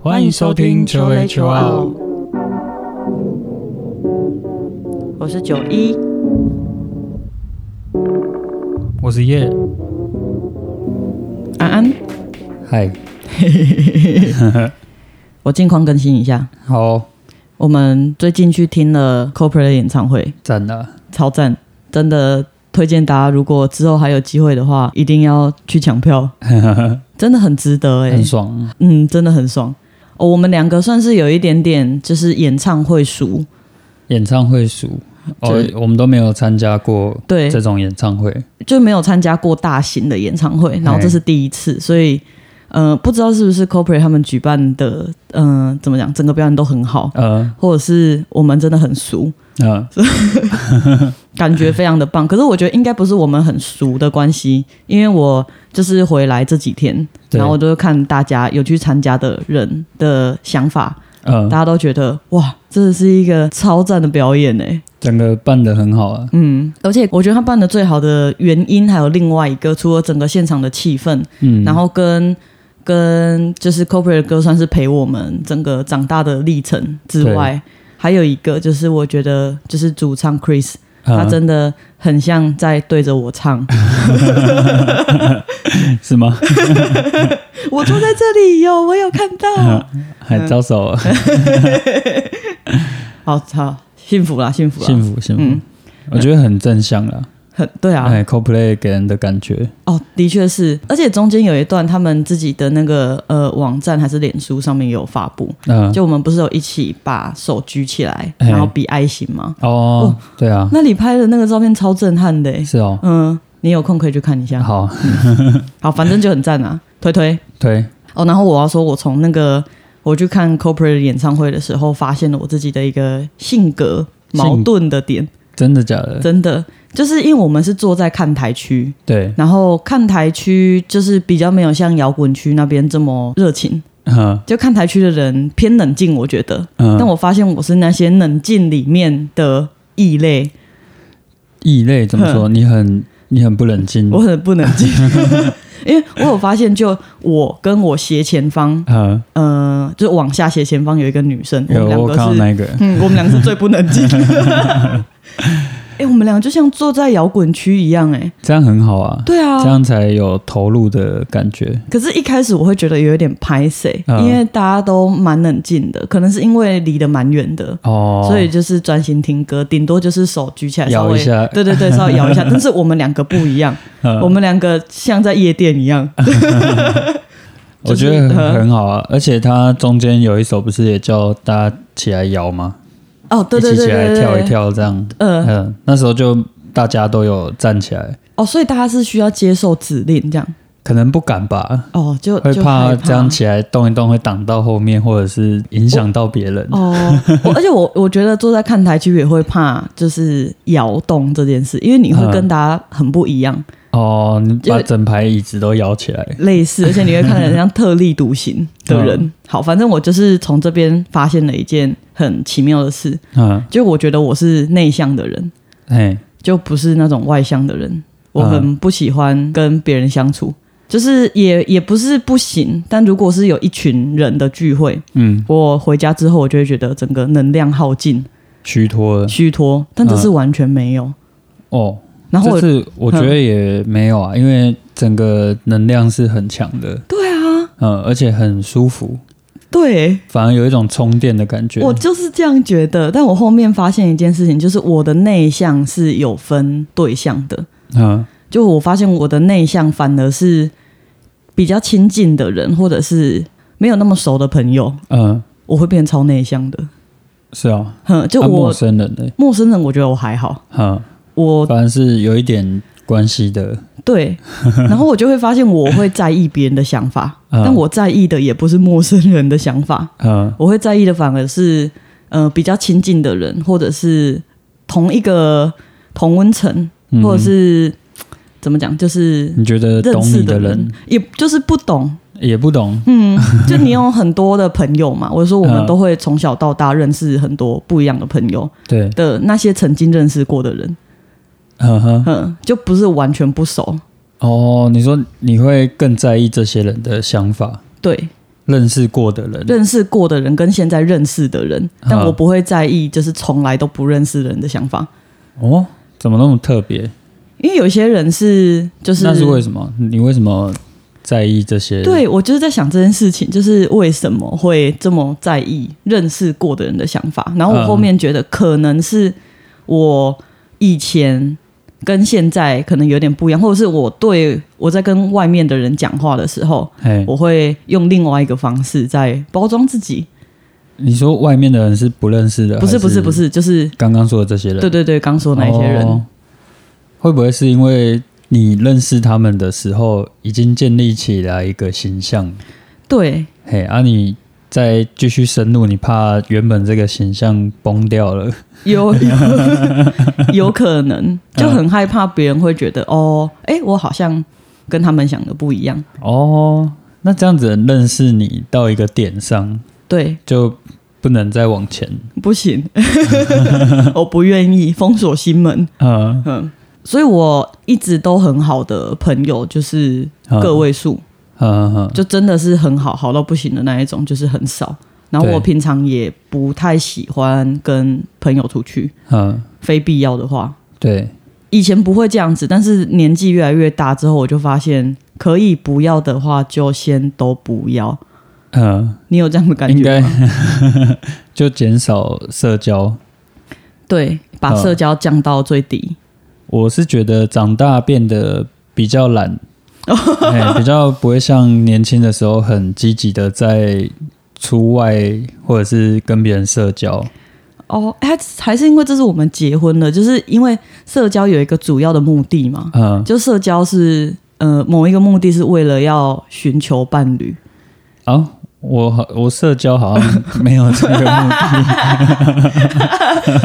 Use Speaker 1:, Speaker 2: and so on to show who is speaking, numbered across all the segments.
Speaker 1: 欢迎收听求 A 求 O，
Speaker 2: 我是九一，
Speaker 1: 我是叶。
Speaker 2: 安安，
Speaker 1: 嗨，
Speaker 2: 我近况更新一下，
Speaker 1: 好，
Speaker 2: 我们最近去听了 Coldplay 的演唱会，
Speaker 1: 赞了，
Speaker 2: 超赞，真的推荐大家，如果之后还有机会的话，一定要去 抢票，真的很值得哎、
Speaker 1: 很爽。
Speaker 2: 嗯，真的很爽。哦，我们两个算是有一点点就是演唱会熟，
Speaker 1: 演唱会属哦
Speaker 2: 对，
Speaker 1: 我们都没有参加过
Speaker 2: 对，
Speaker 1: 这种演唱会，
Speaker 2: 就没有参加过大型的演唱会，然后这是第一次，所以呃，不知道是不是 Corporate 他们举办的，嗯、怎么讲，整个表演都很好，
Speaker 1: 呃，
Speaker 2: 或者是我们真的很熟，
Speaker 1: 呃，
Speaker 2: 感觉非常的棒。可是我觉得应该不是我们很熟的关系，因为我就是回来这几天，
Speaker 1: 对
Speaker 2: 然后我就看大家有去参加的人的想法，
Speaker 1: 呃
Speaker 2: 大，家都觉得哇，这是一个超赞的表演哎、
Speaker 1: 整个办的很好啊，
Speaker 2: 嗯，而且我觉得他办的最好的原因还有另外一个，除了整个现场的气氛，
Speaker 1: 嗯，
Speaker 2: 然后跟跟就是 Corporate 的歌算是陪我们整个长大的历程之外，还有一个就是我觉得就是主唱 Chris，他
Speaker 1: 呃
Speaker 2: 真的很像在对着我唱，
Speaker 1: 是吗？
Speaker 2: 嗯我坐在这里哟、我有看
Speaker 1: 嗯
Speaker 2: 到，
Speaker 1: 还招手啊，
Speaker 2: 哎好好幸福啦，幸福 啦，
Speaker 1: 幸福幸
Speaker 2: 嗯
Speaker 1: 福，，我觉得很正向了，
Speaker 2: 很对啊，
Speaker 1: 哎，CoPlay 给人的感觉，
Speaker 2: 哦，的确是，而且中间有一段他们自己的那个呃网站还是脸书上面有发布，
Speaker 1: 嗯，哎
Speaker 2: 就我们不是有一起把手举起来，
Speaker 1: 嘿
Speaker 2: 然后比爱心吗？
Speaker 1: 哦，对啊，
Speaker 2: 那里拍的那个照片超震撼的欸、
Speaker 1: 是哦，
Speaker 2: 嗯，你有空可以去看一下。
Speaker 1: 好，
Speaker 2: 好，反正就很赞 啊，推推
Speaker 1: 对，
Speaker 2: 哦。然后我要说，我从那个我去看 Corporate 演唱会的时候，发现了我自己的一个性格矛盾的点，
Speaker 1: 真的假的？
Speaker 2: 真的就是因为我们是坐在看台区，
Speaker 1: 对，
Speaker 2: 然后看台区就是比较没有像摇滚区那边这么热情，
Speaker 1: 嗯
Speaker 2: 就看台区的人偏冷静，我觉得。但
Speaker 1: 嗯，
Speaker 2: 我发现我是那些冷静里面的异类，
Speaker 1: 异类怎么说？
Speaker 2: 嗯
Speaker 1: 你很你很不冷静，
Speaker 2: 我很不冷静， 因为我有发现，就我跟我斜前方，
Speaker 1: 嗯。
Speaker 2: 呃，就往下斜前方有一个女生，我
Speaker 1: 有
Speaker 2: 们两
Speaker 1: 我
Speaker 2: 个
Speaker 1: 看到
Speaker 2: 是，
Speaker 1: 那一个，
Speaker 2: 嗯，我们两个是最不冷静的。 哎、我们两个就像坐在摇滚区一样、哎，
Speaker 1: 这样很好啊，
Speaker 2: 对
Speaker 1: 这
Speaker 2: 啊。
Speaker 1: 样才有投入的感觉。
Speaker 2: 可是，一开始我会觉得有一点拍谁，
Speaker 1: 嗯
Speaker 2: 因为大家都蛮冷静的，可能是因为离得蛮远的，
Speaker 1: 哦，
Speaker 2: 所以就是专心听歌，顶多就是手举起来
Speaker 1: 摇
Speaker 2: 稍微
Speaker 1: 一下
Speaker 2: 对对对，稍微 摇一下。但是我们两个不一样，
Speaker 1: 嗯
Speaker 2: 我们两个像在夜店一样。
Speaker 1: 我
Speaker 2: 就是
Speaker 1: 觉得
Speaker 2: 呃
Speaker 1: 很很好啊。而且它中间有一首不是也叫大家起来摇吗？
Speaker 2: 哦，对对
Speaker 1: 一起
Speaker 2: 对
Speaker 1: 起
Speaker 2: 对
Speaker 1: 来
Speaker 2: 对，
Speaker 1: 跳一跳这样。
Speaker 2: 呃，
Speaker 1: 嗯，那时候就大家都有站起来，
Speaker 2: 哦，所以大家是需要接受指令这样。
Speaker 1: 可能不敢吧，
Speaker 2: 哦，就
Speaker 1: 会
Speaker 2: 就
Speaker 1: 怕
Speaker 2: 害
Speaker 1: 这样起来动一动会挡到后面，或者是影响到别人。
Speaker 2: 哦，我而且我我觉得坐在看台区也会怕，就是摇动这件事，因为你会跟大家很不一样，
Speaker 1: 哦，你
Speaker 2: 就
Speaker 1: 把整排椅子都摇起来。
Speaker 2: 类似，而且你会看起来像特立独行的人。好，反正我就是从这边发现了一件很奇妙的事，
Speaker 1: 嗯，
Speaker 2: 就我觉得我是内向的人，
Speaker 1: 嘿，
Speaker 2: 就不是那种外向的人，我很
Speaker 1: 嗯
Speaker 2: 不喜欢跟别人相处。就是也也不是不行，但如果是有一群人的聚会，
Speaker 1: 嗯，
Speaker 2: 我回家之后，我就会觉得整个能量耗尽、
Speaker 1: 虚脱了。
Speaker 2: 虚脱，但这是完全没有。
Speaker 1: 哦，
Speaker 2: 然
Speaker 1: 这
Speaker 2: 后我，嗯
Speaker 1: 次我觉得也没有啊，因为整个能量是很强的，
Speaker 2: 对啊，
Speaker 1: 嗯，而且很舒服，
Speaker 2: 对
Speaker 1: 反而有一种充电的感觉。
Speaker 2: 我就是这样觉得。但我后面发现一件事情，就是我的内向是有分对象的。
Speaker 1: 嗯
Speaker 2: 就我发现我的内向反而是比较亲近的人，或者是没有那么熟的朋友，
Speaker 1: 嗯，
Speaker 2: 我会变超内向的。
Speaker 1: 是哦，
Speaker 2: 哼，就
Speaker 1: 啊
Speaker 2: 我、
Speaker 1: 陌生人的，
Speaker 2: 陌生人，我觉得我还好。
Speaker 1: 嗯，
Speaker 2: 我
Speaker 1: 反而是有一点关系的，
Speaker 2: 对，然后我就会发现我会在意别人的想法，
Speaker 1: 嗯
Speaker 2: 但我在意的也不是陌生人的想法，
Speaker 1: 嗯
Speaker 2: 我会在意的反而是呃比较亲近的人，或者是同一个同温层，
Speaker 1: 嗯
Speaker 2: 或者是怎么讲，就是
Speaker 1: 你觉得
Speaker 2: 认
Speaker 1: 懂
Speaker 2: 识
Speaker 1: 你的
Speaker 2: 人，
Speaker 1: 人
Speaker 2: 也就是不懂。
Speaker 1: 也不懂，
Speaker 2: 嗯， 就你有很多的朋友嘛，我就说我们
Speaker 1: 嗯
Speaker 2: 都会从小到大认识很多不一样的朋友
Speaker 1: 对，
Speaker 2: 的那些曾经认识过的人，
Speaker 1: 嗯哼，
Speaker 2: 嗯，就不是完全不熟，
Speaker 1: 哦，你说你会更在意这些人的想法，
Speaker 2: 对，
Speaker 1: 认识过的人，
Speaker 2: 认识过的人跟现在认识的人，
Speaker 1: 嗯
Speaker 2: 但我不会在意就是从来都不认识的人的想法，
Speaker 1: 哦，怎么那么特别？
Speaker 2: 因为有些人是就是
Speaker 1: 那是为什么？你为什么在意这些？，
Speaker 2: 对我就是在想这件事情，就是为什么会这么在意认识过的人的想法。然后我
Speaker 1: 嗯
Speaker 2: 后面觉得，可能是我以前跟现在可能有点不一样，或者是我对我在跟外面的人讲话的时候，
Speaker 1: 哎，
Speaker 2: 我会用另外一个方式在包装自己。
Speaker 1: 你说外面的人是不认识的，
Speaker 2: 不是
Speaker 1: 还
Speaker 2: 不是不，是，就是
Speaker 1: 刚刚说的这些人，
Speaker 2: 对对对，刚说那些人，
Speaker 1: 哦会不会是因为你认识他们的时候，已经建立起来一个形象？
Speaker 2: 对
Speaker 1: 嘿，啊，你再继续深入，你怕原本这个形象崩掉了？
Speaker 2: 有有可
Speaker 1: 嗯
Speaker 2: 能，就很害怕别人会觉得哦，哎、我好像跟他们想的不一样。
Speaker 1: 哦，那这样子认识你到一个点上，
Speaker 2: 对，
Speaker 1: 就不能再往前。
Speaker 2: 不行， 我不愿意封锁心门。
Speaker 1: 嗯，
Speaker 2: 嗯，所以我一直都很好的朋友就是
Speaker 1: 嗯
Speaker 2: 个，位数，
Speaker 1: 嗯嗯，
Speaker 2: 就真的是很好，好到不行的那一种，就是很少。然后
Speaker 1: 对
Speaker 2: 我平常也不太喜欢跟朋友出去，
Speaker 1: 嗯，
Speaker 2: 非必要的话，
Speaker 1: 对，
Speaker 2: 以前不会这样子，但是年纪越来越大之后，我就发现可以不要的话就先都不要。
Speaker 1: 嗯，
Speaker 2: 你有这样的感
Speaker 1: 应
Speaker 2: 觉
Speaker 1: 该
Speaker 2: 吗？
Speaker 1: 就减少社交。
Speaker 2: 对，把
Speaker 1: 嗯
Speaker 2: 社交降到最低。
Speaker 1: 我是觉得长大变得比较 懒，哎比较不会像年轻的时候很积极的在出外或者是跟别人社交。
Speaker 2: 哦，还还是因为这是我们结婚了，就是因为社交有一个主要的目的嘛，
Speaker 1: 嗯
Speaker 2: 就社交是呃某一个目的是为了要寻求伴侣，
Speaker 1: 啊，我好，我社交好像没有这个目 的。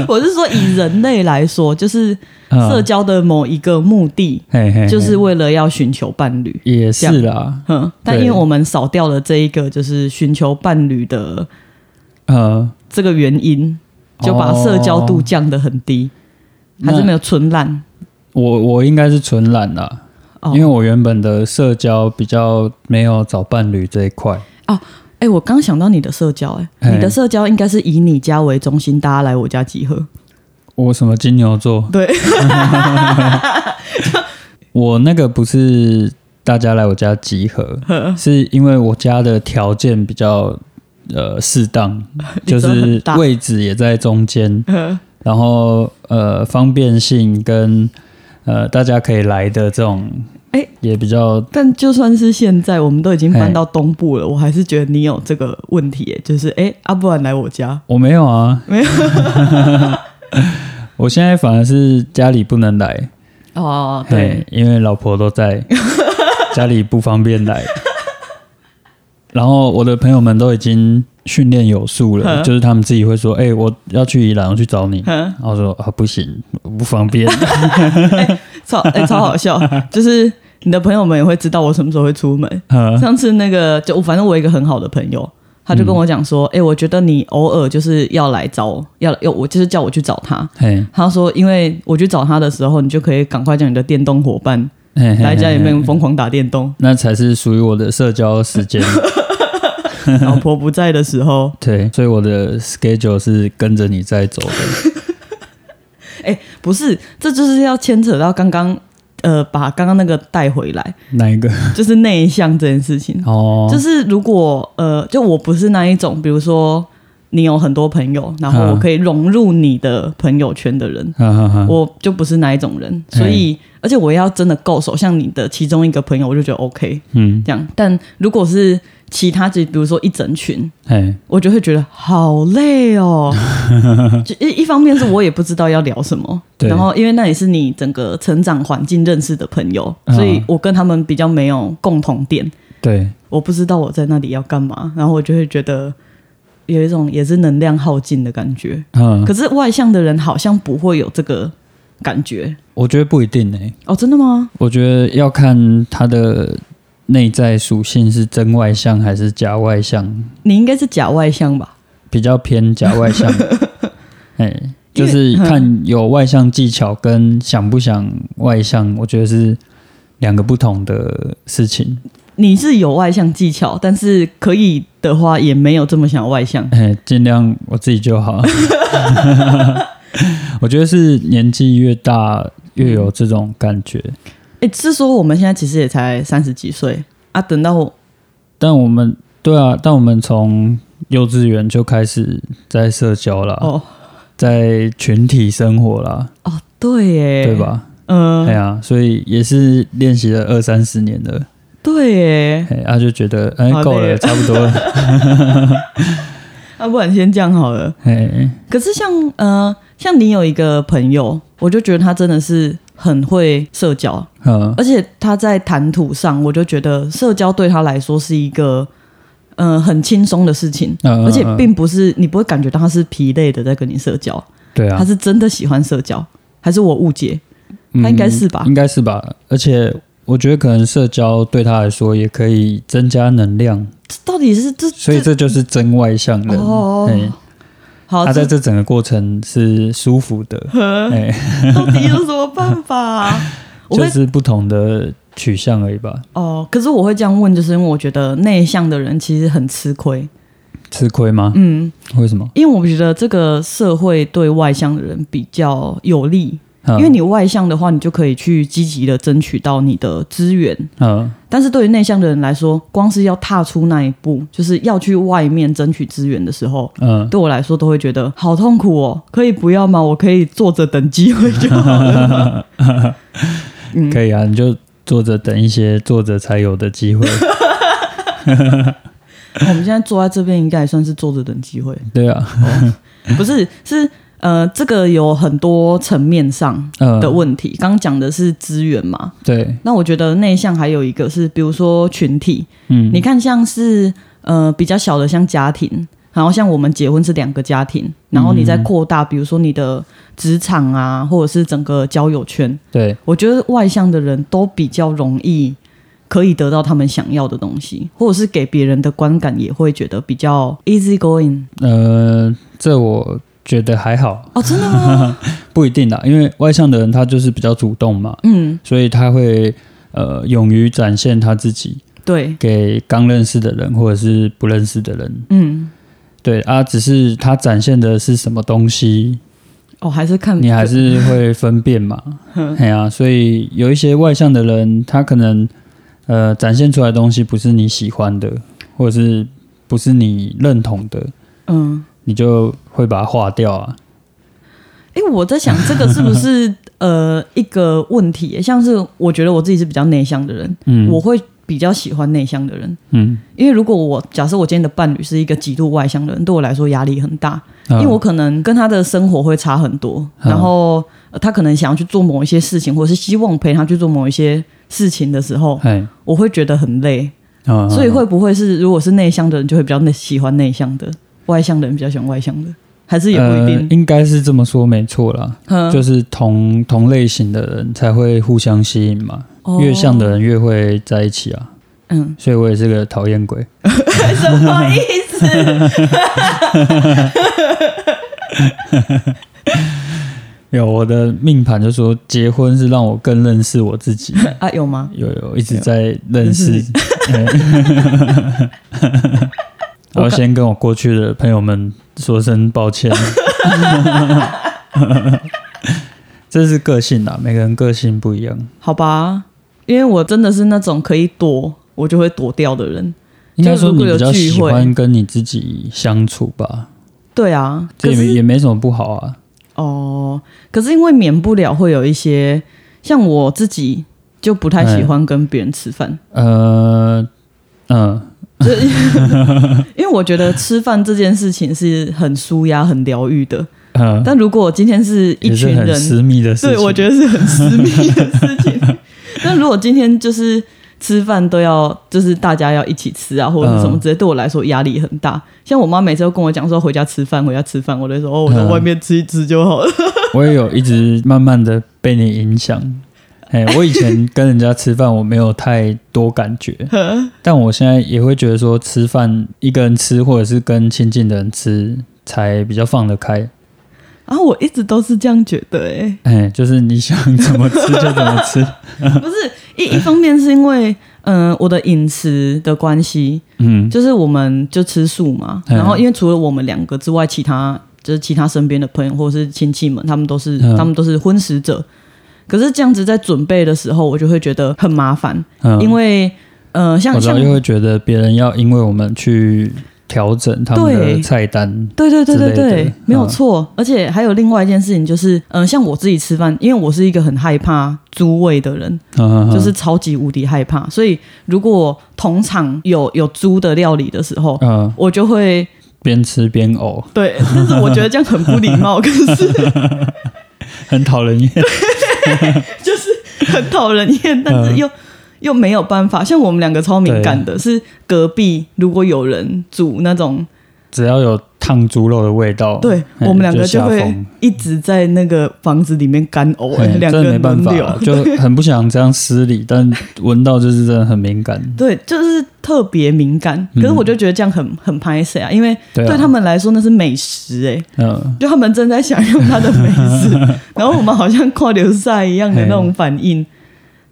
Speaker 2: 我是说以人类来说，就是
Speaker 1: 嗯
Speaker 2: 社交的某一个目的
Speaker 1: 嘿嘿嘿
Speaker 2: 就是为了要寻求伴侣，
Speaker 1: 也是啦，
Speaker 2: 哼，但因
Speaker 1: 对
Speaker 2: 为我们少掉了这一个就是寻求伴侣的
Speaker 1: 嗯，哦
Speaker 2: 这个原因，就把社交度降得很低，还是没有纯烂
Speaker 1: 我我应该是纯懒啦。
Speaker 2: 哦
Speaker 1: 因为我原本的社交比较没有找伴侣这一块，
Speaker 2: 哎、我刚想到你的社交、哎、
Speaker 1: 哎
Speaker 2: 你的社交应该是以你家为中心，大家来我家集合。
Speaker 1: 我什么金牛座？
Speaker 2: 对，
Speaker 1: 我那个不是大家来我家集合，是因为我家的条件比较呃适当，就
Speaker 2: 你说很
Speaker 1: 是
Speaker 2: 大
Speaker 1: 位置也在中间，然后呃方便性跟呃大家可以来的这种，
Speaker 2: 哎
Speaker 1: 也比较
Speaker 2: 但就算是现在，我们都已经搬到东部了，我还是觉得你有这个问题、哎就是哎、啊，不然来我家。
Speaker 1: 我没有啊，
Speaker 2: 没有。
Speaker 1: 我现在反而是家里不能来，
Speaker 2: 哦，对，
Speaker 1: 嘿，因为老婆都 在，家里不方便来。然后我的朋友们都已经训练有素了，
Speaker 2: 嗯
Speaker 1: 就是他们自己会说：“哎、我要去宜兰，我去找你。”
Speaker 2: 嗯
Speaker 1: 然后我说：“啊，不行，我不方便。
Speaker 2: 超哎、超好笑， 就是你的朋友们也会知道我什么时候会出门。
Speaker 1: 嗯
Speaker 2: 上次那个就我反正我有一个很好的朋友，他就跟我讲说，哎、
Speaker 1: 嗯
Speaker 2: 我觉得你偶尔就是要来找我，要要我就是叫我去找他。”
Speaker 1: 嘿，
Speaker 2: 他说，因为我去找他的时候，你就可以赶快叫你的电动伙伴
Speaker 1: 嘿 嘿
Speaker 2: 来家里
Speaker 1: 嘿
Speaker 2: 面疯狂打
Speaker 1: ，
Speaker 2: 电动
Speaker 1: 那才是属于我的社交时 间。
Speaker 2: 老婆不在的时候。
Speaker 1: 对，所以我的 schedule 是跟着你在走的。
Speaker 2: 不是，这就是要牵扯到刚刚呃，把刚刚那个带回来，
Speaker 1: 哪一个？
Speaker 2: 就是内向这件事情。
Speaker 1: 哦，
Speaker 2: 就是如果呃，就我不是那一种，比如说你有很多朋友，然后我
Speaker 1: 嗯
Speaker 2: 可以融入你的朋友圈的人，
Speaker 1: 哈哈哈，
Speaker 2: 我就不是那一种人。所以，而且我要真的够熟，像你的其中一个朋友，我就觉得 OK
Speaker 1: 嗯，
Speaker 2: 这样。但如果是其他，就比如说一整群，
Speaker 1: 嘿，
Speaker 2: 我就会觉得好累 哦。就一一方面是我也不知道要聊什么，
Speaker 1: 对
Speaker 2: 然后因为那也是你整个成长环境认识的朋友，所以
Speaker 1: 嗯
Speaker 2: 我跟他们比较没有共同点，
Speaker 1: 对，
Speaker 2: 我不知道我在那里要干嘛，然后我就会觉得有一种也是能量耗尽的感觉。
Speaker 1: 嗯，
Speaker 2: 可是外向的人好像不会有这个感觉
Speaker 1: 我觉得不一定欸诶、
Speaker 2: 哦，真的吗？
Speaker 1: 我觉得要看他的内在属性是真外向还是假外向，
Speaker 2: 你应该是假外向吧？
Speaker 1: 比较偏假外向。哎，就是看有外向技巧跟想不想外向，我觉得是两个不同的事情。
Speaker 2: 你是有外向技巧，但是可以的话，也没有这么想外向。
Speaker 1: 哎，尽量我自己就好。我觉得是年纪越大越有这种感觉，
Speaker 2: 哎，是说我们现在其实也才三十几岁啊，等到我
Speaker 1: 但我们对啊，但我们从幼稚园就开始在社交啦，
Speaker 2: 哦
Speaker 1: 在群体生活啦，
Speaker 2: 哦，对耶，
Speaker 1: 对？吧？
Speaker 2: 嗯、
Speaker 1: 哎呀、所以也是练习了二三十年的，
Speaker 2: 对耶。
Speaker 1: 哎，啊就觉得哎
Speaker 2: 好累
Speaker 1: 够了，
Speaker 2: 了
Speaker 1: 差不多 了，
Speaker 2: 啊，不然先这样好了。
Speaker 1: 哎，
Speaker 2: 可是像呃，像你有一个朋友，我就觉得他真的是很会社交，
Speaker 1: 嗯，
Speaker 2: 而且他在谈吐上，我就觉得社交对他来说是一个呃很轻松的事情，
Speaker 1: 嗯嗯
Speaker 2: 而且
Speaker 1: 嗯
Speaker 2: 并不是你不会感觉到他是疲累的在跟你社交，
Speaker 1: 对啊
Speaker 2: 他，是真的喜欢社交，还是我误解？他应该是吧
Speaker 1: 嗯应该是吧。而且我觉得可能社交对他来说也可以增加能量，
Speaker 2: 这到底是这
Speaker 1: 所以这就是真外向人。
Speaker 2: 哦
Speaker 1: 哎
Speaker 2: 好，
Speaker 1: 他在
Speaker 2: 这
Speaker 1: 这整个过程是舒服的，哎、
Speaker 2: 到底有什么办法 啊、我
Speaker 1: 就
Speaker 2: 会
Speaker 1: 是不同的取向而已吧。
Speaker 2: 哦，可是我会这样问，就是因为我觉得内向的人其实很吃亏，
Speaker 1: 吃亏吗？
Speaker 2: 嗯，
Speaker 1: 为什么？
Speaker 2: 因为我觉得这个社会对外向的人比较有利，
Speaker 1: 因
Speaker 2: 因为你外向的话，你就可以去积极的争取到你的资源。
Speaker 1: 嗯
Speaker 2: 但是对于内向的人来说，光是要踏出那一步，就是要去外面争取资源的时候，
Speaker 1: 嗯，
Speaker 2: 对我来说都会觉得好痛苦哦。可以不要吗？我可以坐着等机会就好 了吗。嗯
Speaker 1: 可以啊，你就坐着等一些坐着才有的机会。
Speaker 2: 我们现在坐在这边，应该也算是坐着等机会，
Speaker 1: 对啊，
Speaker 2: 不是？是呃，这个有很多层面上
Speaker 1: 嗯，
Speaker 2: 的问题。刚刚讲的是资源嘛，
Speaker 1: 对，
Speaker 2: 那我觉得内向还有一个是，比如说群体，
Speaker 1: 嗯，
Speaker 2: 你看，像是呃比较小的，像家庭，然后像我们结婚是两个家庭，然后你
Speaker 1: 嗯
Speaker 2: 再扩大，比如说你的职场啊，或者是整个交友圈，
Speaker 1: 对，
Speaker 2: 我觉得外向的人都比较容易可以得到他们想要的东西，或者是给别人的观感也会觉得比较 easy going。
Speaker 1: 呃，这我觉得还好，
Speaker 2: 哦，真的吗？
Speaker 1: 不一定啦，啊因为外向的人他就是比较主动嘛，
Speaker 2: 嗯，
Speaker 1: 所以他会呃勇于展现他自己
Speaker 2: 对，
Speaker 1: 给刚认识的人或者是不认识的人。
Speaker 2: 嗯，
Speaker 1: 对啊，只是他展现的是什么东西，
Speaker 2: 哦，还是看
Speaker 1: 你还是会分辨 嘛。哎呀、啊，所以有一些外向的人，他可能呃展现出来的东西不是你喜欢的，或者是不是你认同的，
Speaker 2: 嗯。
Speaker 1: 你就会把它划掉啊。
Speaker 2: 哎、我在想这个是不 是呃一个问题耶？像是我觉得我自己是比较内向的人，
Speaker 1: 嗯，
Speaker 2: 我会比较喜欢内向的人，
Speaker 1: 嗯，
Speaker 2: 因为如果我假设我今天的伴侣是一个极度外向的人，对我来说压力很大，
Speaker 1: 因
Speaker 2: 因为我可能跟他的生活会差很多，
Speaker 1: 嗯
Speaker 2: 然后、呃他可能想要去做某一些事情，或者是希望陪他去做某一些事情的时候，
Speaker 1: 哎，
Speaker 2: 我会觉得很累，
Speaker 1: 嗯
Speaker 2: 所以会不会是如果是内向的人就会比较内喜欢内向的，外向的人比较喜欢外向的，还是也不一
Speaker 1: 呃
Speaker 2: 定，
Speaker 1: 应该是这么说没错啦。
Speaker 2: 嗯
Speaker 1: 呃就是同同类型的人才会互相吸引嘛，越像的
Speaker 2: 哦
Speaker 1: 人越会在一起啊。
Speaker 2: 嗯，
Speaker 1: 所以我也是个讨厌 鬼，
Speaker 2: 什么意思？
Speaker 1: 有我的命盘就说结婚是让我更认识我自己，
Speaker 2: 啊，有吗？
Speaker 1: 有有一直在认识 哎
Speaker 2: 认。
Speaker 1: 然后
Speaker 2: 我看
Speaker 1: 先跟我过去的朋友们说声抱 歉，这是个性啊啦，每个人个性不一样，
Speaker 2: 好吧，因为我真的是那种可以躲，我就会躲掉的人。
Speaker 1: 应该说
Speaker 2: 就如
Speaker 1: 你
Speaker 2: 果有
Speaker 1: 比较
Speaker 2: 聚
Speaker 1: 喜
Speaker 2: 会
Speaker 1: 欢跟你自己相处吧，
Speaker 2: 对啊，
Speaker 1: 这
Speaker 2: 可
Speaker 1: 也没
Speaker 2: 是
Speaker 1: 也没什么不好啊。
Speaker 2: 哦，可是因为免不了会有一些，像我自己就不太
Speaker 1: 嗯
Speaker 2: 喜欢跟别人吃饭，
Speaker 1: 呃，嗯，
Speaker 2: 因为我觉得吃饭这件事情是很舒压、很疗愈的。
Speaker 1: 嗯，
Speaker 2: 但如果我今天是一
Speaker 1: 也是
Speaker 2: 群
Speaker 1: 很
Speaker 2: 人，
Speaker 1: 私密的事情。
Speaker 2: 对我觉得是很私密的事 情。但如果今天就是吃饭都要，就是大家要一起吃啊，或者是什么
Speaker 1: 嗯
Speaker 2: 之类，对我来说压力很大。像我妈每次都跟我讲说回家吃饭，回家吃饭，我都说哦，我在
Speaker 1: 嗯
Speaker 2: 外面吃一吃就好了。
Speaker 1: 我也有一直慢慢的被你影响。哎、我以前跟人家吃饭，我没有太多感 觉，但我现在也会觉得说，吃饭一个人吃，或者是跟亲近的人吃，才比较放得开。
Speaker 2: 然后我一直都是这样觉得、 欸，
Speaker 1: 哎、就是你想怎么吃就怎么吃。
Speaker 2: 不是一一方面是因为嗯、我的饮食的关系，
Speaker 1: 嗯，
Speaker 2: 就是我们就吃素嘛，
Speaker 1: 嗯
Speaker 2: 然后因为除了我们两个之外，其他就是其他身边的朋友或者是亲戚们，他们都是、
Speaker 1: 嗯
Speaker 2: 他们都是荤食者。可是这样子在准备的时候，我就会觉得很麻烦，
Speaker 1: 嗯
Speaker 2: 因为呃，像
Speaker 1: 我知
Speaker 2: 像
Speaker 1: 道又会觉得别人要因为我们去调整他们的
Speaker 2: 对
Speaker 1: 菜单，
Speaker 2: 对对对对
Speaker 1: 之类的
Speaker 2: 对，没有
Speaker 1: 嗯
Speaker 2: 错。而且还有另外一件事情，就是嗯、呃像我自己吃饭，因为我是一个很害怕猪味的人，
Speaker 1: 嗯，嗯
Speaker 2: 就是超级无敌害怕。所以如果同场有有猪的料理的时候，
Speaker 1: 嗯，
Speaker 2: 我就会
Speaker 1: 边吃边呕，
Speaker 2: 对，但是我觉得这样很不礼 貌，可是
Speaker 1: 很讨人 厌。
Speaker 2: 很讨人厌，但
Speaker 1: 嗯
Speaker 2: 是又、又没有办法。像我们两个超敏感的，是隔壁如果有人煮那种，
Speaker 1: 只要有烫猪肉的味道，
Speaker 2: 对
Speaker 1: 嗯
Speaker 2: 我们两个
Speaker 1: 就
Speaker 2: 就
Speaker 1: 下
Speaker 2: 会
Speaker 1: 风
Speaker 2: 一直在那个房子里面干呕、哎
Speaker 1: 嗯
Speaker 2: 两
Speaker 1: 真的
Speaker 2: 个
Speaker 1: 没
Speaker 2: 人
Speaker 1: 办
Speaker 2: 轮
Speaker 1: 法
Speaker 2: 流。，
Speaker 1: 就很不想这样失礼，但闻到就是真的很敏感。
Speaker 2: 对，就是特别敏感，可是我就觉得这样很很拍谁啊，因为
Speaker 1: 嗯对啊
Speaker 2: 对他们来说那是美食哎、
Speaker 1: 嗯，
Speaker 2: 就他们正在享用它的美 食，然后我们好像跨流赛一样的那种反应。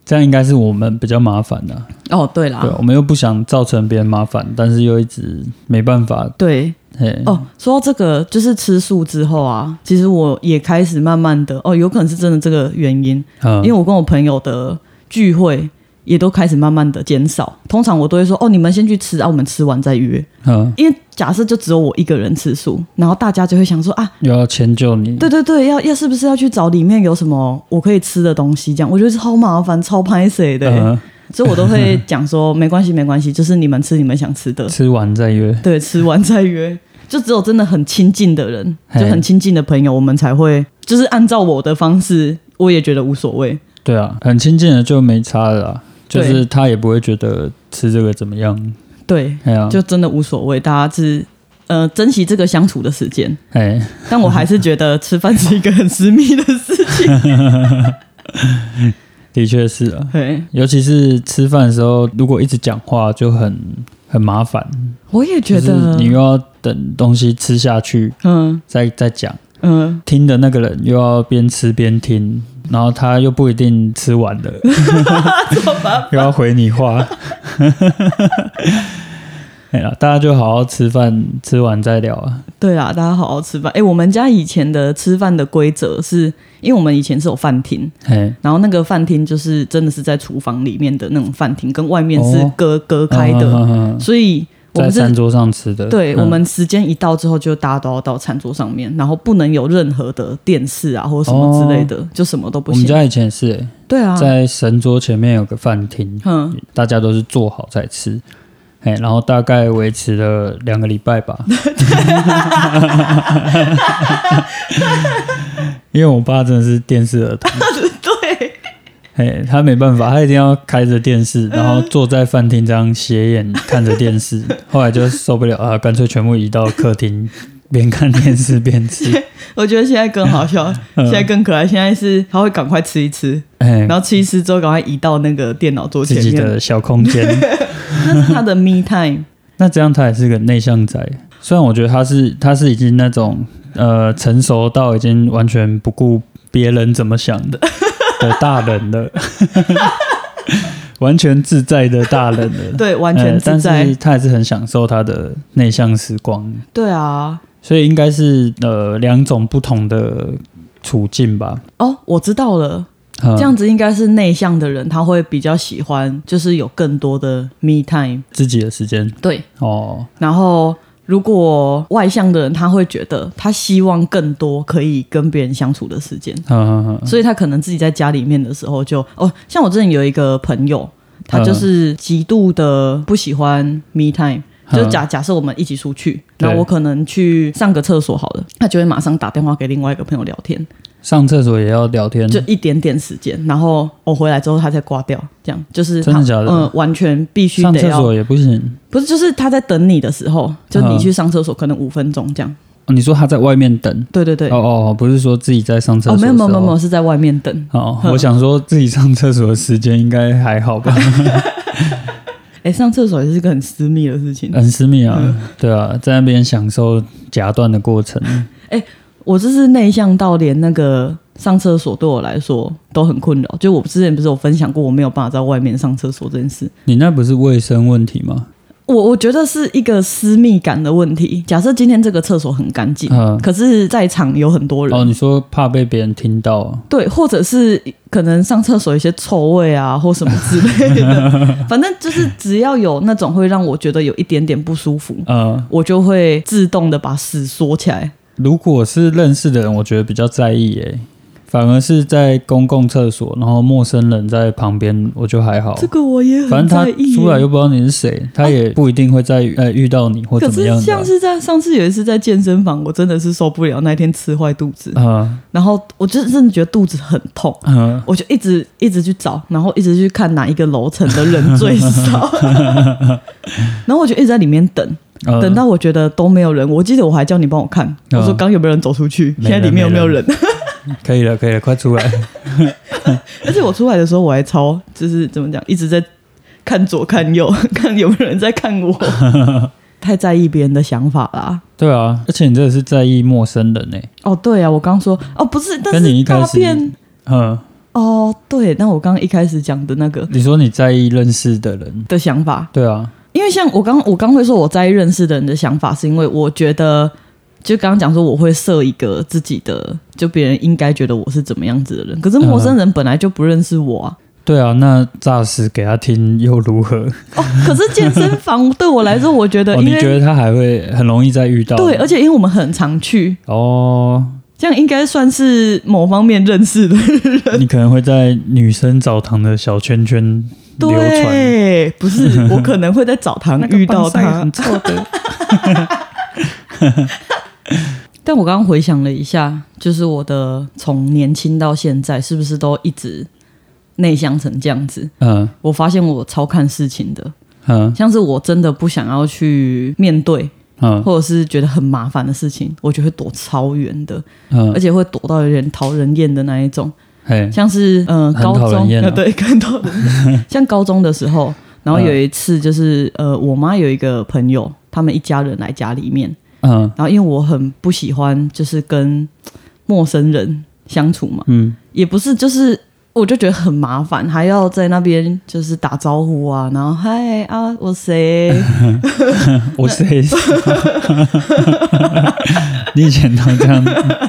Speaker 1: 这样应该是我们比较麻烦的、
Speaker 2: 哦，对啦，
Speaker 1: 对，我们又不想造成别人麻烦，但是又一直没办法。
Speaker 2: 对，
Speaker 1: 嘿，
Speaker 2: 哦，说到这个，就是吃素之后啊，其实我也开始慢慢的，哦，有可能是真的这个原因，
Speaker 1: 嗯，
Speaker 2: 因为我跟我朋友的聚会也都开始慢慢的减少。通常我都会说，哦，你们先去吃啊，我们吃完再约。
Speaker 1: 嗯，
Speaker 2: 因为假设就只有我一个人吃素，然后大家就会想说啊，
Speaker 1: 又要迁就你，
Speaker 2: 对对对，要要是不是要去找里面有什么我可以吃的东西？这样我觉得超麻烦，超拍谁的、欸
Speaker 1: 嗯，
Speaker 2: 所以我都会讲说，没关系，没关系，就是你们吃你们想吃的，
Speaker 1: 吃完再约。
Speaker 2: 对，吃完再约，就只有真的很亲近的人，
Speaker 1: 嘿
Speaker 2: 就很亲近的朋友，我们才会就是按照我的方式，我也觉得无所谓。
Speaker 1: 对啊，很亲近的就没差了啦，就
Speaker 2: 对
Speaker 1: 是他也不会觉得吃这个怎么样。
Speaker 2: 对，
Speaker 1: 哎呀、
Speaker 2: 就真的无所谓，大家是呃珍惜这个相处的时间。
Speaker 1: 哎，
Speaker 2: 但我还是觉得吃饭是一个很私密的事 情。
Speaker 1: 的确是啊，
Speaker 2: 对，
Speaker 1: 尤其是吃饭的时候，如果一直讲话就很很麻烦，
Speaker 2: 我也
Speaker 1: 就是
Speaker 2: 觉得，
Speaker 1: 你又要等东西吃下去
Speaker 2: 嗯
Speaker 1: 再再讲，
Speaker 2: 嗯，
Speaker 1: 听的那个人又要边吃边听，然后他又不一定吃完 了，又要回你话。哎呀，大家就好好吃饭，吃完再聊啊。
Speaker 2: 对啦，大家好好吃饭。哎、我们家以前的吃饭的规则是，因为我们以前是有饭厅，
Speaker 1: 哎，
Speaker 2: 然后那个饭厅就是真的是在厨房里面的那种饭厅，跟外面是
Speaker 1: 哦
Speaker 2: 隔、隔开的，
Speaker 1: 嗯嗯嗯嗯
Speaker 2: 所以我
Speaker 1: 在
Speaker 2: 们
Speaker 1: 餐
Speaker 2: 是
Speaker 1: 桌上吃的。
Speaker 2: 对、
Speaker 1: 嗯
Speaker 2: 我们时间一到之后，就大家都要到餐桌上面，然后不能有任何的电视啊或者什么之类的，就什么都不
Speaker 1: 哦我们
Speaker 2: 行。
Speaker 1: 家以前是、欸
Speaker 2: 对啊，
Speaker 1: 在神桌前面有个饭厅，
Speaker 2: 嗯，
Speaker 1: 大家都是坐好再吃。哎，然后大概维持了两个礼拜吧， 因为我爸真的是电视儿童，
Speaker 2: 对
Speaker 1: 哎，他没办法，他一定要开着电视，然后坐在饭厅这样斜眼看着电视，后来就受不了啊，干脆全部移到客厅，边看电视边吃，
Speaker 2: 我觉得现在更好笑，
Speaker 1: 嗯
Speaker 2: 现在更可爱。现在是他会赶快吃一吃，
Speaker 1: 哎，
Speaker 2: 然后吃一吃之后赶快移到那个电脑桌
Speaker 1: 自
Speaker 2: 前
Speaker 1: 己
Speaker 2: 面，
Speaker 1: 的小空间。
Speaker 2: 那是他的 me time。
Speaker 1: 那这样他也是个内向仔，虽然我觉得他是他是已经那种呃成熟到已经完全不顾别人怎么想 的的大人了， 完全自在的大人了，
Speaker 2: 对，完全
Speaker 1: 呃
Speaker 2: 自在。
Speaker 1: 但是他还是很享受他的内向时光，
Speaker 2: 对啊，
Speaker 1: 所以应该是呃两种不同的处境吧。
Speaker 2: 哦，我知道了，
Speaker 1: 嗯
Speaker 2: 这样子应该是内向的人，他会比较喜欢，就是有更多的 me time。
Speaker 1: 自己的时间
Speaker 2: 对，
Speaker 1: 哦，
Speaker 2: 然后如果外向的人，他会觉得他希望更多可以跟别人相处的时间，
Speaker 1: 嗯嗯嗯
Speaker 2: 所以他可能自己在家里面的时候就哦，像我之前有一个朋友，他就是极度的不喜欢 me time。
Speaker 1: 嗯
Speaker 2: 就假假设我们一起出去，
Speaker 1: 对
Speaker 2: 然后我可能去上个厕所好了，他就会马上打电话给另外一个朋友聊天，
Speaker 1: 嗯上厕所也要聊天，
Speaker 2: 就一点点时间，然后我回来之后他再挂掉，这样就是他
Speaker 1: 真的假的
Speaker 2: 嗯、完全必须
Speaker 1: 上
Speaker 2: 得
Speaker 1: 厕
Speaker 2: 要
Speaker 1: 所，也不行。
Speaker 2: 不是就是他在等你的时候，就你去上厕所可能五分钟这样，
Speaker 1: 哦你说他在外面等，
Speaker 2: 对对对，
Speaker 1: 哦哦，哦不是说自己在上厕所
Speaker 2: 哦
Speaker 1: 的时
Speaker 2: 没
Speaker 1: 候、
Speaker 2: 有没有没有没有是在外面等，
Speaker 1: 哦，我想说自己上厕所的时间应该还好吧，
Speaker 2: 哎，上厕所也是个很私密的事情，
Speaker 1: 很私密啊，
Speaker 2: 嗯
Speaker 1: 对啊，在那
Speaker 2: 嗯
Speaker 1: 边享受夹断的过程，
Speaker 2: 我就是内向到连那个上厕所对我来说都很困扰。就我之前不是有分享过，我没有办法在外面上厕所这件事。
Speaker 1: 你那不是卫生问题吗？
Speaker 2: 我我觉得是一个私密感的问题。假设今天这个厕所很干净，
Speaker 1: 嗯
Speaker 2: 可是在场有很多人，
Speaker 1: 哦，你说怕被别人听到啊？
Speaker 2: 对，或者是可能上厕所有一些臭味啊，或什么之 类的。反正就是只要有那种会让我觉得有一点点不舒服，
Speaker 1: 呃，
Speaker 2: 我就会自动的把屎缩起来。
Speaker 1: 如果是认识的人，我觉得比较在意诶、反而是在公共厕所，然后陌生人在旁边，我就还好。
Speaker 2: 这个我也
Speaker 1: 反正
Speaker 2: 很
Speaker 1: 他
Speaker 2: 在意耶。啊
Speaker 1: 出来又不知道你是谁，他也不一定会再遇呃遇到你或
Speaker 2: 可
Speaker 1: 怎么样
Speaker 2: 是
Speaker 1: 的啊
Speaker 2: 像。是在上次有一次在健身房，我真的是受不了，那一天吃坏肚子，
Speaker 1: 嗯
Speaker 2: 然后我就真的觉得肚子很痛，
Speaker 1: 嗯，
Speaker 2: 我就一直一直去找，然后一直去看哪一个楼层的人 最少，然后我就一直在里面等，
Speaker 1: 呃
Speaker 2: 等到我觉得都没有人，我记得我还叫你帮我看，
Speaker 1: 嗯
Speaker 2: 我说刚有没有人走出去，
Speaker 1: 没人
Speaker 2: 现在里面有没有
Speaker 1: 没
Speaker 2: 人？
Speaker 1: 可以了，可以了，快出来。
Speaker 2: 而且我出来的时候我还超就是怎么讲，一直在看左看右， 看有没有人在看我， 太在意别人的想法啦。
Speaker 1: 对啊，而且你这个是在意陌生人欸诶、
Speaker 2: 哦，对啊，我刚说哦，不是，但
Speaker 1: 跟你一
Speaker 2: 是
Speaker 1: 开
Speaker 2: 大
Speaker 1: 始
Speaker 2: 便
Speaker 1: 嗯，
Speaker 2: 哦，对，那我刚刚一开始讲的那个
Speaker 1: 你说你在意认识的人，
Speaker 2: 的想法，
Speaker 1: 对啊，
Speaker 2: 因为像我刚我刚会说我在意认识的人的想法，是因为我觉得就刚刚讲说我会设一个自己的，就别人应该觉得我是怎么样子的人，可是陌生人本来就不认识我 啊。
Speaker 1: 对啊，那诈尸给他听又如何？
Speaker 2: 哦，可是健身房对我来说，我觉得
Speaker 1: 哦，
Speaker 2: 因
Speaker 1: 你觉得
Speaker 2: 为、
Speaker 1: 他还会很容易再遇到？
Speaker 2: 对，而且因为我们很常去，
Speaker 1: 哦，
Speaker 2: 这样应该算是某方面认识的。
Speaker 1: 你可能会在女生澡堂的小圈圈 流传。
Speaker 2: 对，不是我可能会在澡堂遇到他。
Speaker 1: 很臭的，
Speaker 2: 但我刚刚回想了一下，就是我的从年轻到现在，是不是都一直内向成这样子？
Speaker 1: 嗯
Speaker 2: 我发现我超看事情的，
Speaker 1: 嗯
Speaker 2: 像是我真的不想要去面对，
Speaker 1: 嗯
Speaker 2: 或者是觉得很麻烦的事情，我就会躲超远的，而
Speaker 1: 嗯，
Speaker 2: 且会躲到有点讨人厌的那一种。
Speaker 1: 嘿，
Speaker 2: 像是嗯、呃
Speaker 1: 很
Speaker 2: 高
Speaker 1: 讨人
Speaker 2: 中
Speaker 1: 厌啊
Speaker 2: 呃 对，很讨人 厌。像高中的时候，然后有一次就是呃，我妈有一个朋友，他们一家人来家里面，
Speaker 1: 嗯
Speaker 2: 然后因为我很不喜欢就是跟陌生人相处嘛，
Speaker 1: 嗯
Speaker 2: 也不是就是我就觉得很麻烦，还要在那边就是打招呼啊，然后嗨啊我谁，
Speaker 1: 我是黑丝。 你以前都这样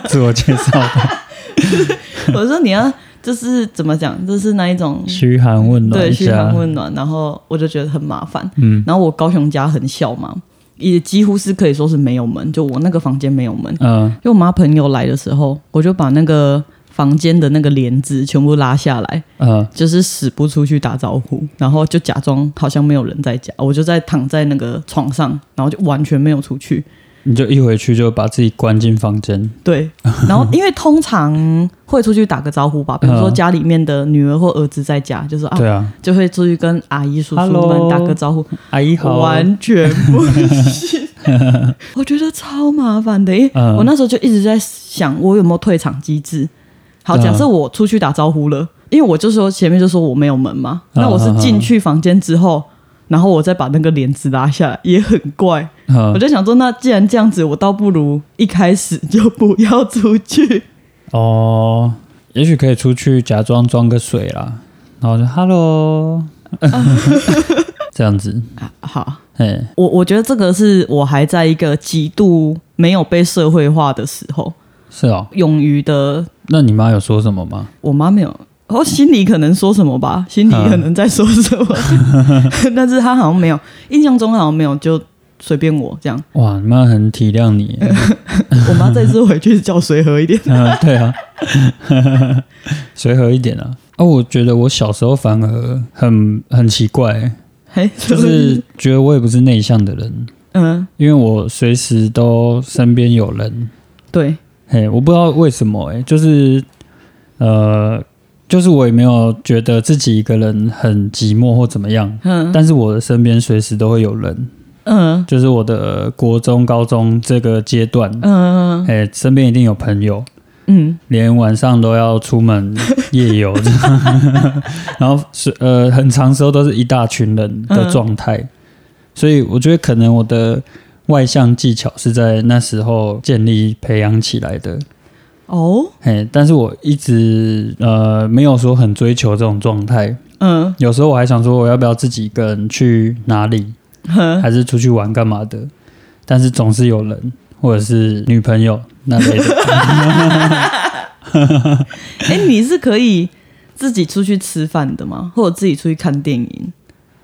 Speaker 1: 自我介绍的，
Speaker 2: 我说你要就是怎么讲，就是那一种
Speaker 1: 嘘寒问暖
Speaker 2: 对
Speaker 1: 一
Speaker 2: 嘘
Speaker 1: 下
Speaker 2: 寒，问暖，然后我就觉得很麻烦。
Speaker 1: 嗯
Speaker 2: 然后我高雄家很小嘛，也几乎是可以说是没有门，就我那个房间没有门。
Speaker 1: 嗯
Speaker 2: 就我妈朋友来的时候，我就把那个房间的那个帘子全部拉下来，
Speaker 1: 嗯
Speaker 2: 就是死不出去打招呼，然后就假装好像没有人在家，我就在躺在那个床上，然后就完全没有出去。
Speaker 1: 你就一回去就把自己关进房间，
Speaker 2: 对，然后因为通常会出去打个招呼吧，比如说
Speaker 1: 嗯
Speaker 2: 家里面的女儿或儿子在家，就是啊，
Speaker 1: 对啊，
Speaker 2: 就会出去跟阿姨叔叔
Speaker 1: Hello
Speaker 2: 们打个招呼，
Speaker 1: 阿姨好，
Speaker 2: 完全不行，我觉得超麻烦的。因为
Speaker 1: 嗯
Speaker 2: 我那时候就一直在想，我有没有退场机制？好，
Speaker 1: 嗯
Speaker 2: 假设我出去打招呼了，因为我就说前面就说我没有门嘛，
Speaker 1: 嗯
Speaker 2: 那我是进去房间之后，然后我再把那个帘子拉下来，也很怪。我
Speaker 1: 嗯
Speaker 2: 就想说，那既然这样子，我倒不如一开始就不要出去。
Speaker 1: 哦，也许可以出去假装装个水啦，然后就 hello，这样子，
Speaker 2: 好，
Speaker 1: 哎，
Speaker 2: 我我觉得这个是我还在一个极度没有被社会化的时候，
Speaker 1: 是哦，
Speaker 2: 勇于的
Speaker 1: 那你妈有说什么吗？
Speaker 2: 我妈没有，哦，心里可能说什么
Speaker 1: 嗯
Speaker 2: 吧，心里可能在说 什么，但是她好像没有，印象中好像没有，就随便我这样。
Speaker 1: 哇，你妈很体谅你耶，，
Speaker 2: 我妈这次回去叫随和一点
Speaker 1: 嗯，对啊，随和一点啊。哦，我觉得我小时候反而很很奇怪，
Speaker 2: 嘿，
Speaker 1: 就
Speaker 2: 什么意
Speaker 1: 是
Speaker 2: 思
Speaker 1: 觉得我也不是内向的人，
Speaker 2: 哎嗯，
Speaker 1: 因为我随时都身边有人，
Speaker 2: 对，
Speaker 1: 嘿，我不知道为什么、欸，就是呃，就是我也没有觉得自己一个人很寂寞或怎么样，
Speaker 2: 嗯
Speaker 1: 但是我的身边随时都会有人，
Speaker 2: 嗯
Speaker 1: 就是我的国中、高中这个阶段，
Speaker 2: 嗯
Speaker 1: 哎、身边一定有朋友，
Speaker 2: 嗯，
Speaker 1: 连晚上都要出门夜游， 然后是呃，很长时候都是一大群人的状态，所以我觉得可能我的外向技巧是在那时候建立培养起来的。
Speaker 2: 哦，
Speaker 1: 嘿，但是我一直呃没有说很追求这种状态，
Speaker 2: 嗯，
Speaker 1: 有时候我还想说我要不要自己一个人去哪里，
Speaker 2: 嗯
Speaker 1: 还是出去玩干嘛的，但是总是有人或者是女朋友那类的，
Speaker 2: 哎、你是可以自己出去吃饭的吗？或者自己出去看电影？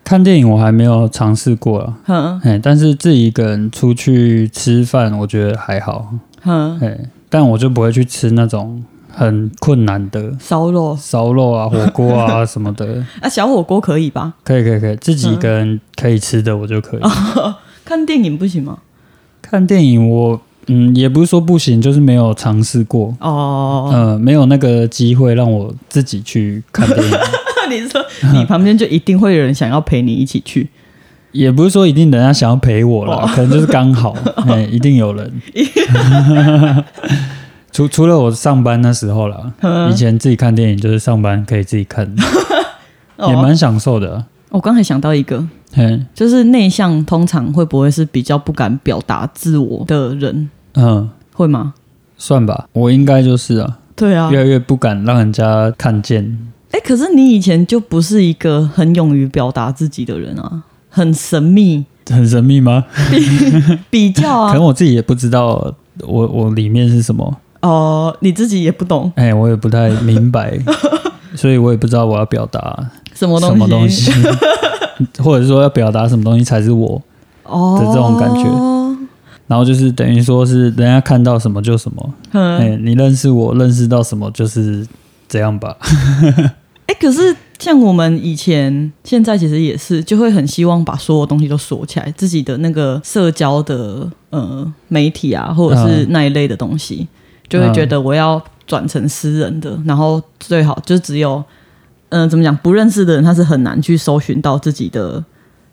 Speaker 1: 看电影我还没有尝试过啊。
Speaker 2: 哼
Speaker 1: 哎，但是自己一个人出去吃饭，我觉得还好。
Speaker 2: 哼，
Speaker 1: 哎，但我就不会去吃那种很困难的
Speaker 2: 烧肉
Speaker 1: 烧肉啊、火锅啊什么的。
Speaker 2: 啊，小火锅可以吧？
Speaker 1: 可以，可以，可以，自己一个人可以吃的我就可以。
Speaker 2: 看电影不行吗？
Speaker 1: 看电影我嗯，也不是说不行，就是没有尝试过。
Speaker 2: 哦，
Speaker 1: 呃，没有那个机会让我自己去看电影，
Speaker 2: 你说你旁边就一定会有人想要陪你一起去，
Speaker 1: 也不是说一定人家想要陪我啦，
Speaker 2: 哦
Speaker 1: 可能就是刚 好，哎，一定有人。除除了我上班那时候啦，
Speaker 2: 嗯
Speaker 1: 以前自己看电影就是上班可以自己看，也
Speaker 2: 哦，
Speaker 1: 蛮享受的啊。
Speaker 2: 我刚才想到一个，
Speaker 1: 嗯
Speaker 2: 就是内向通常会不会是比较不敢表达自我的人，
Speaker 1: 嗯，
Speaker 2: 会吗？
Speaker 1: 算吧，我应该就是啊，
Speaker 2: 对啊
Speaker 1: 越，来越不敢让人家看见。
Speaker 2: 哎、可是你以前就不是一个很勇于表达自己的人啊，很神秘，
Speaker 1: 很神秘吗？
Speaker 2: 比较
Speaker 1: 可
Speaker 2: 啊，
Speaker 1: 能我自己也不知道我我里面是什么，
Speaker 2: 哦、你自己也不懂
Speaker 1: 哎、我也不太明 白，所以我也不知道我要表达
Speaker 2: 什么东西，
Speaker 1: 什么东西， 或者说要表达什么东西才是我。
Speaker 2: 哦
Speaker 1: 的这种感觉然后就是等于说是人家看到什么就什么，哎、
Speaker 2: 嗯，
Speaker 1: 你认识我，认识到什么就是这样吧。
Speaker 2: 哎、可是像我们以前，现在其实也是，就会很希望把所有东西都锁起来，自己的那个社交的呃媒体啊，或者
Speaker 1: 嗯
Speaker 2: 是那一类的东西，就会觉得我要转成私人的，然后最好就只有嗯、呃怎么讲，不认识的人他是很难去搜寻到自己的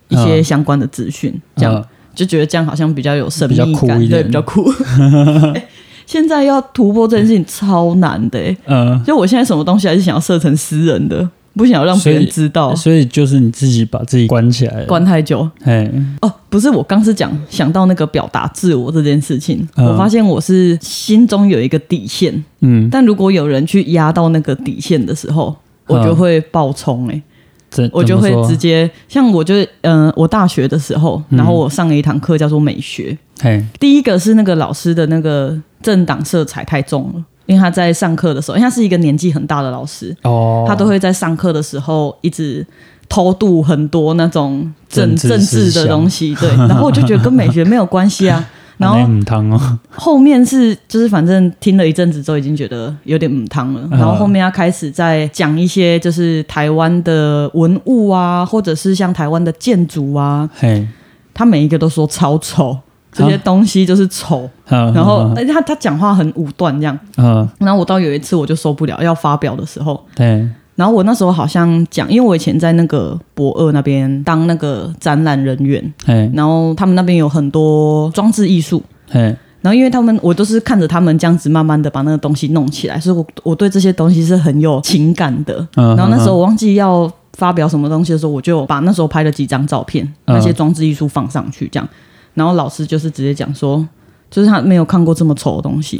Speaker 2: 一些
Speaker 1: 嗯
Speaker 2: 相关的资讯，这样、
Speaker 1: 嗯
Speaker 2: 就觉得这样好像比较有神秘感，
Speaker 1: 比较酷一点
Speaker 2: 对，比较酷。 哎现在要突破这件事情超难的、欸，
Speaker 1: 嗯、
Speaker 2: 就我现在什么东西还是想要设成私人的，不想要让别人知道，
Speaker 1: 所以就是你自己把自己关起来了，
Speaker 2: 关太久。
Speaker 1: 哎，
Speaker 2: 哦，不是，我刚是讲想到那个表达自我这件事情，
Speaker 1: 嗯
Speaker 2: 我发现我是心中有一个底线，
Speaker 1: 嗯，
Speaker 2: 但如果有人去压到那个底线的时候，我就会爆冲哎、欸
Speaker 1: 嗯怎嗯
Speaker 2: 我就会直
Speaker 1: 己，
Speaker 2: 接像我就是嗯、我大学的时候，然后我上了一堂课叫做美学，
Speaker 1: 哎，
Speaker 2: 第一个是那个老师的那个政党色彩太重了，因为他在上课的时候，因为他是一个年纪很大的老师，
Speaker 1: 哦，
Speaker 2: 他都会在上课的时候一直偷渡很多那种政
Speaker 1: 政
Speaker 2: 政
Speaker 1: 治思
Speaker 2: 治的东西，对。然后我就觉得跟美学没有关 系啊。然后
Speaker 1: 很汤哦，
Speaker 2: 后面是就是反正听了一阵子之后，已经觉得有点母汤
Speaker 1: 嗯
Speaker 2: 了。然后后面他开始在讲一些就是台湾的文物啊，或者是像台湾的建筑啊，
Speaker 1: 嘿，
Speaker 2: 他每一个都说超丑，这些东西就是丑。
Speaker 1: 啊嗯，
Speaker 2: 然后哎而且他他讲话很武断这样。
Speaker 1: 嗯，
Speaker 2: 然后我到有一次我就受不了，要发表的时候，
Speaker 1: 对，
Speaker 2: 然后我那时候好像讲，因为我以前在那个博二那边当那个展览人员，
Speaker 1: 嘿，
Speaker 2: 然后他们那边有很多装置艺术，
Speaker 1: 嘿，
Speaker 2: 然后因为他们我都是看着他们这样子慢慢的把那个东西弄起来，所以我我对这些东西是很有情感的。
Speaker 1: 嗯，
Speaker 2: 然后那时候我忘记要发表什么东西的时候，我就把那时候拍了几张照片，
Speaker 1: 嗯
Speaker 2: 那些装置艺术放上去这样，然后老师就是直接讲说，就是他没有看过这么丑的东西。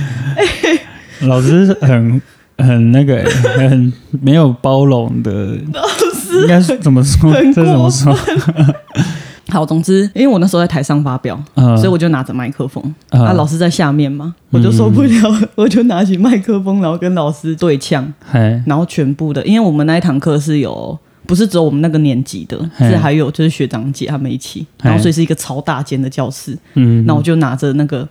Speaker 1: 嗯老师很很那个 欸，很没有包容 的，老师应该是怎么说？
Speaker 2: 很
Speaker 1: 这怎么
Speaker 2: 过
Speaker 1: 说？
Speaker 2: 好，总之因为我那时候在台上发表，
Speaker 1: 嗯，
Speaker 2: 所以我就拿着麦克风，
Speaker 1: 嗯
Speaker 2: 啊，老师在下面嘛，我就受不了， 我就拿起麦克风，然后跟老师对
Speaker 1: 嗯
Speaker 2: 呛，
Speaker 1: 嘿，
Speaker 2: 然后全部的，因为我们那一堂课是有，不是只有我们那个年级的，
Speaker 1: 嘿
Speaker 2: 是还有就是学长姐他们一起，
Speaker 1: 嘿
Speaker 2: 然后所以是一个超大间的教室，
Speaker 1: 嗯，
Speaker 2: 那我就拿着那个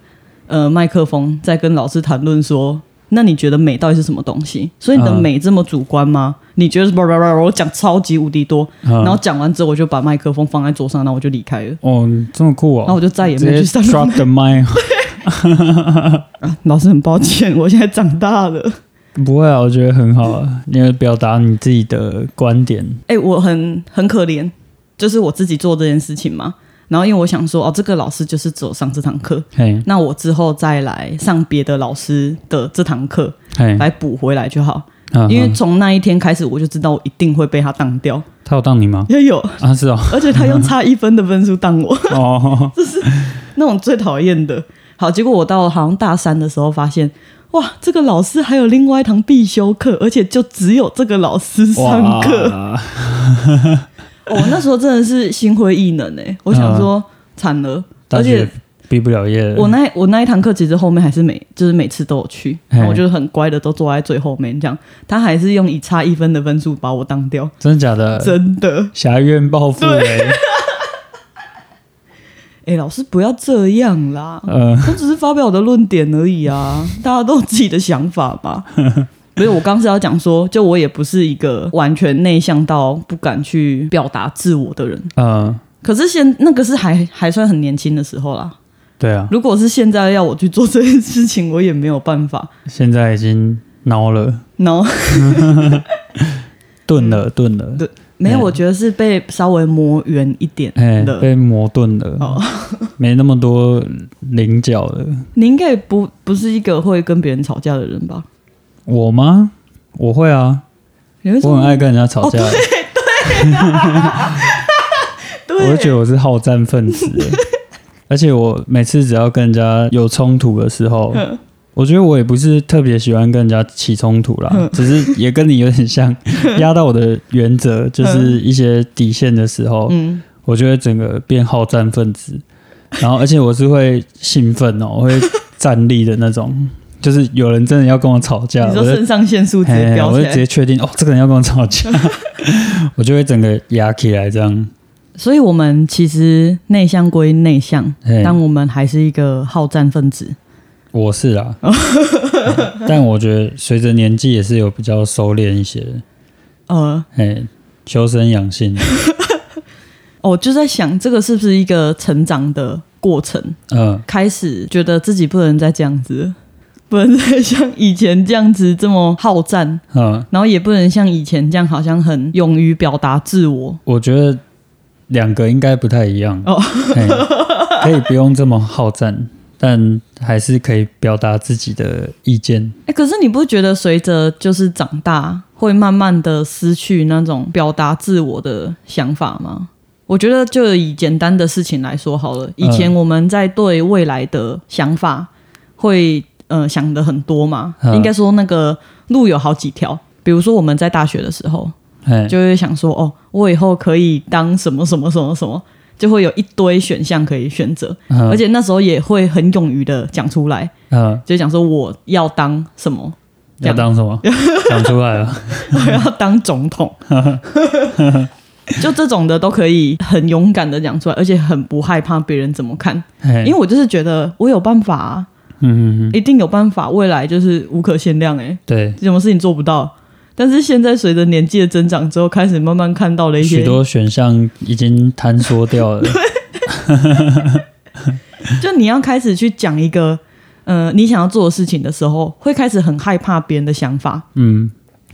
Speaker 2: 呃麦克风在跟老师谈论说。那你觉得美到底是什么东西？所以你的
Speaker 1: 嗯
Speaker 2: 美这么主观吗？你觉得是叭叭叭叭？我讲超级无敌多，
Speaker 1: 然
Speaker 2: 然后讲完之后我就把麦克风放在桌上，然后我就离开了，
Speaker 1: 哦，这么酷哦！
Speaker 2: 然后我就再也
Speaker 1: 直
Speaker 2: 没
Speaker 1: 接
Speaker 2: 有去上过
Speaker 1: drop the mic，
Speaker 2: 老师很抱歉，我现在长大了。
Speaker 1: 不会啊，我觉得很好啊，你要表达你自己的观点，
Speaker 2: 哎、我很很可怜，就是我自己做这件事情嘛。然后因为我想说，哦，这个老师就是只有上这堂课，
Speaker 1: 嘿，
Speaker 2: 那我之后再来上别的老师的这堂课
Speaker 1: 嘿，
Speaker 2: 来补回来就好。
Speaker 1: 嗯
Speaker 2: 因为
Speaker 1: 哼
Speaker 2: 从那一天开始，我就知道我一定会被他当掉。
Speaker 1: 他有当你吗？
Speaker 2: 也有，
Speaker 1: 啊，是哦，
Speaker 2: 而且他用差一分的分数当我，
Speaker 1: 哦，
Speaker 2: 那种最讨厌的。好，结果我到好像大三的时候发现，哇，这个老师还有另外一堂必修课，而且就只有这个老师上课。
Speaker 1: 哇，
Speaker 2: 我、哦、那时候真的是心灰意冷哎、我想说惨了，
Speaker 1: 嗯大
Speaker 2: 而且
Speaker 1: 学嗯毕不了业了，
Speaker 2: 我那我那一堂课其实后面还是每就是每次都有去，
Speaker 1: 嘿
Speaker 2: 然后我就很乖的都坐在最后面这样，他还是用以差一分的分数把我当掉，
Speaker 1: 真的假的？
Speaker 2: 真的。
Speaker 1: 侠怨报复哎，
Speaker 2: 哎、老师不要这样啦，
Speaker 1: 呃，
Speaker 2: 我只是发表我的论点而已 啊，大家都有自己的想法吧。不是，我刚是要讲说，就我也不是一个完全内向到不敢去表达自我的人，
Speaker 1: 嗯，
Speaker 2: 可是现那个是还还算很年轻的时候啦。
Speaker 1: 对啊，
Speaker 2: 如果是现在要我去做这件事情，我也没有办法。
Speaker 1: 现在已经孬了，
Speaker 2: 然后
Speaker 1: 钝
Speaker 2: 嗯
Speaker 1: 了，钝了，
Speaker 2: 对没有，
Speaker 1: 嗯
Speaker 2: 我觉得是被稍微磨圆一点
Speaker 1: 哎，
Speaker 2: 的。
Speaker 1: 被磨钝了，
Speaker 2: 哦，
Speaker 1: 没那么多棱角了。
Speaker 2: 你应该也不不是一个会跟别人吵架的人吧？
Speaker 1: 我吗？我会啊，
Speaker 2: 你会
Speaker 1: 我很
Speaker 2: 说
Speaker 1: 爱跟人家吵
Speaker 2: 哦
Speaker 1: 架，我
Speaker 2: 对
Speaker 1: 就觉得我是好战分 子欸。而且我每次只要跟人家有冲突的时候，
Speaker 2: 嗯
Speaker 1: 我觉得我也不是特别喜欢跟人家起冲突
Speaker 2: 嗯
Speaker 1: 啦，只是也跟你有点 像，压到我的原则就是一些底线的时候，
Speaker 2: 嗯，
Speaker 1: 我就会整个变好战分子。然后，而且我是会兴奋哦，我会站立的那种，就是有人真的要跟我吵架，啊
Speaker 2: 你
Speaker 1: 我
Speaker 2: 说
Speaker 1: 就
Speaker 2: 肾上腺素直接
Speaker 1: 哎，
Speaker 2: 飙
Speaker 1: 我就
Speaker 2: 起来
Speaker 1: 直，接确 定哦，这个人要跟我吵架，我就会整个压起来这样。
Speaker 2: 所以我们其实内向归内向，
Speaker 1: 嘿
Speaker 2: 但我们还是一个好战分子。
Speaker 1: 我是 啦，嗯但我觉得随着年纪也是有比较收敛一些的，
Speaker 2: 呃，
Speaker 1: 哎，修身养 性，
Speaker 2: 哦我就在想，这个是不是一个成长的过程？
Speaker 1: 嗯，
Speaker 2: 开始觉得自己不能再这样子了，不能再像以前这样子这么好战，
Speaker 1: 嗯，
Speaker 2: 然后也不能像以前这样好像很勇于表达自我。
Speaker 1: 我觉得两个应该不太一样
Speaker 2: 哦
Speaker 1: 嘿可以不用这么好战，但还是可以表达自己的意见。
Speaker 2: 哎，可是你不觉得随着就是长大，会慢慢的失去那种表达自我的想法吗？我觉得就以简单的事情来说好了，以前我们在对未来的想法会呃想的很多嘛，
Speaker 1: 嗯
Speaker 2: 应该说那个路有好几条。比如说我们在大学的时候，
Speaker 1: 哎，
Speaker 2: 就会想说，哦，我以后可以当什么什么什么什么，就会有一堆选项可以选择，
Speaker 1: 而
Speaker 2: 而且那时候也会很勇于的讲出来，
Speaker 1: 嗯，
Speaker 2: 就讲说我要当 什么，这
Speaker 1: 要
Speaker 2: 样
Speaker 1: 当什 么？讲出来啊了，
Speaker 2: 我要当总 统，就这种的都可以很勇敢的讲出来，而且很不害怕别人怎么看。
Speaker 1: 因
Speaker 2: 因为我就是觉得我有办法、啊，
Speaker 1: 嗯嗯嗯，
Speaker 2: 一定有办法，未来就是无可限量、欸。哎，
Speaker 1: 对，
Speaker 2: 什么事情做不到？但是现在随着年纪的增长之后，开始慢慢看到了一些
Speaker 1: 许，多选项已经坍缩掉了。
Speaker 2: 就你要开始去讲一个。呃，你想要做的事情的时候，会开始很害怕别人的想法，
Speaker 1: 嗯，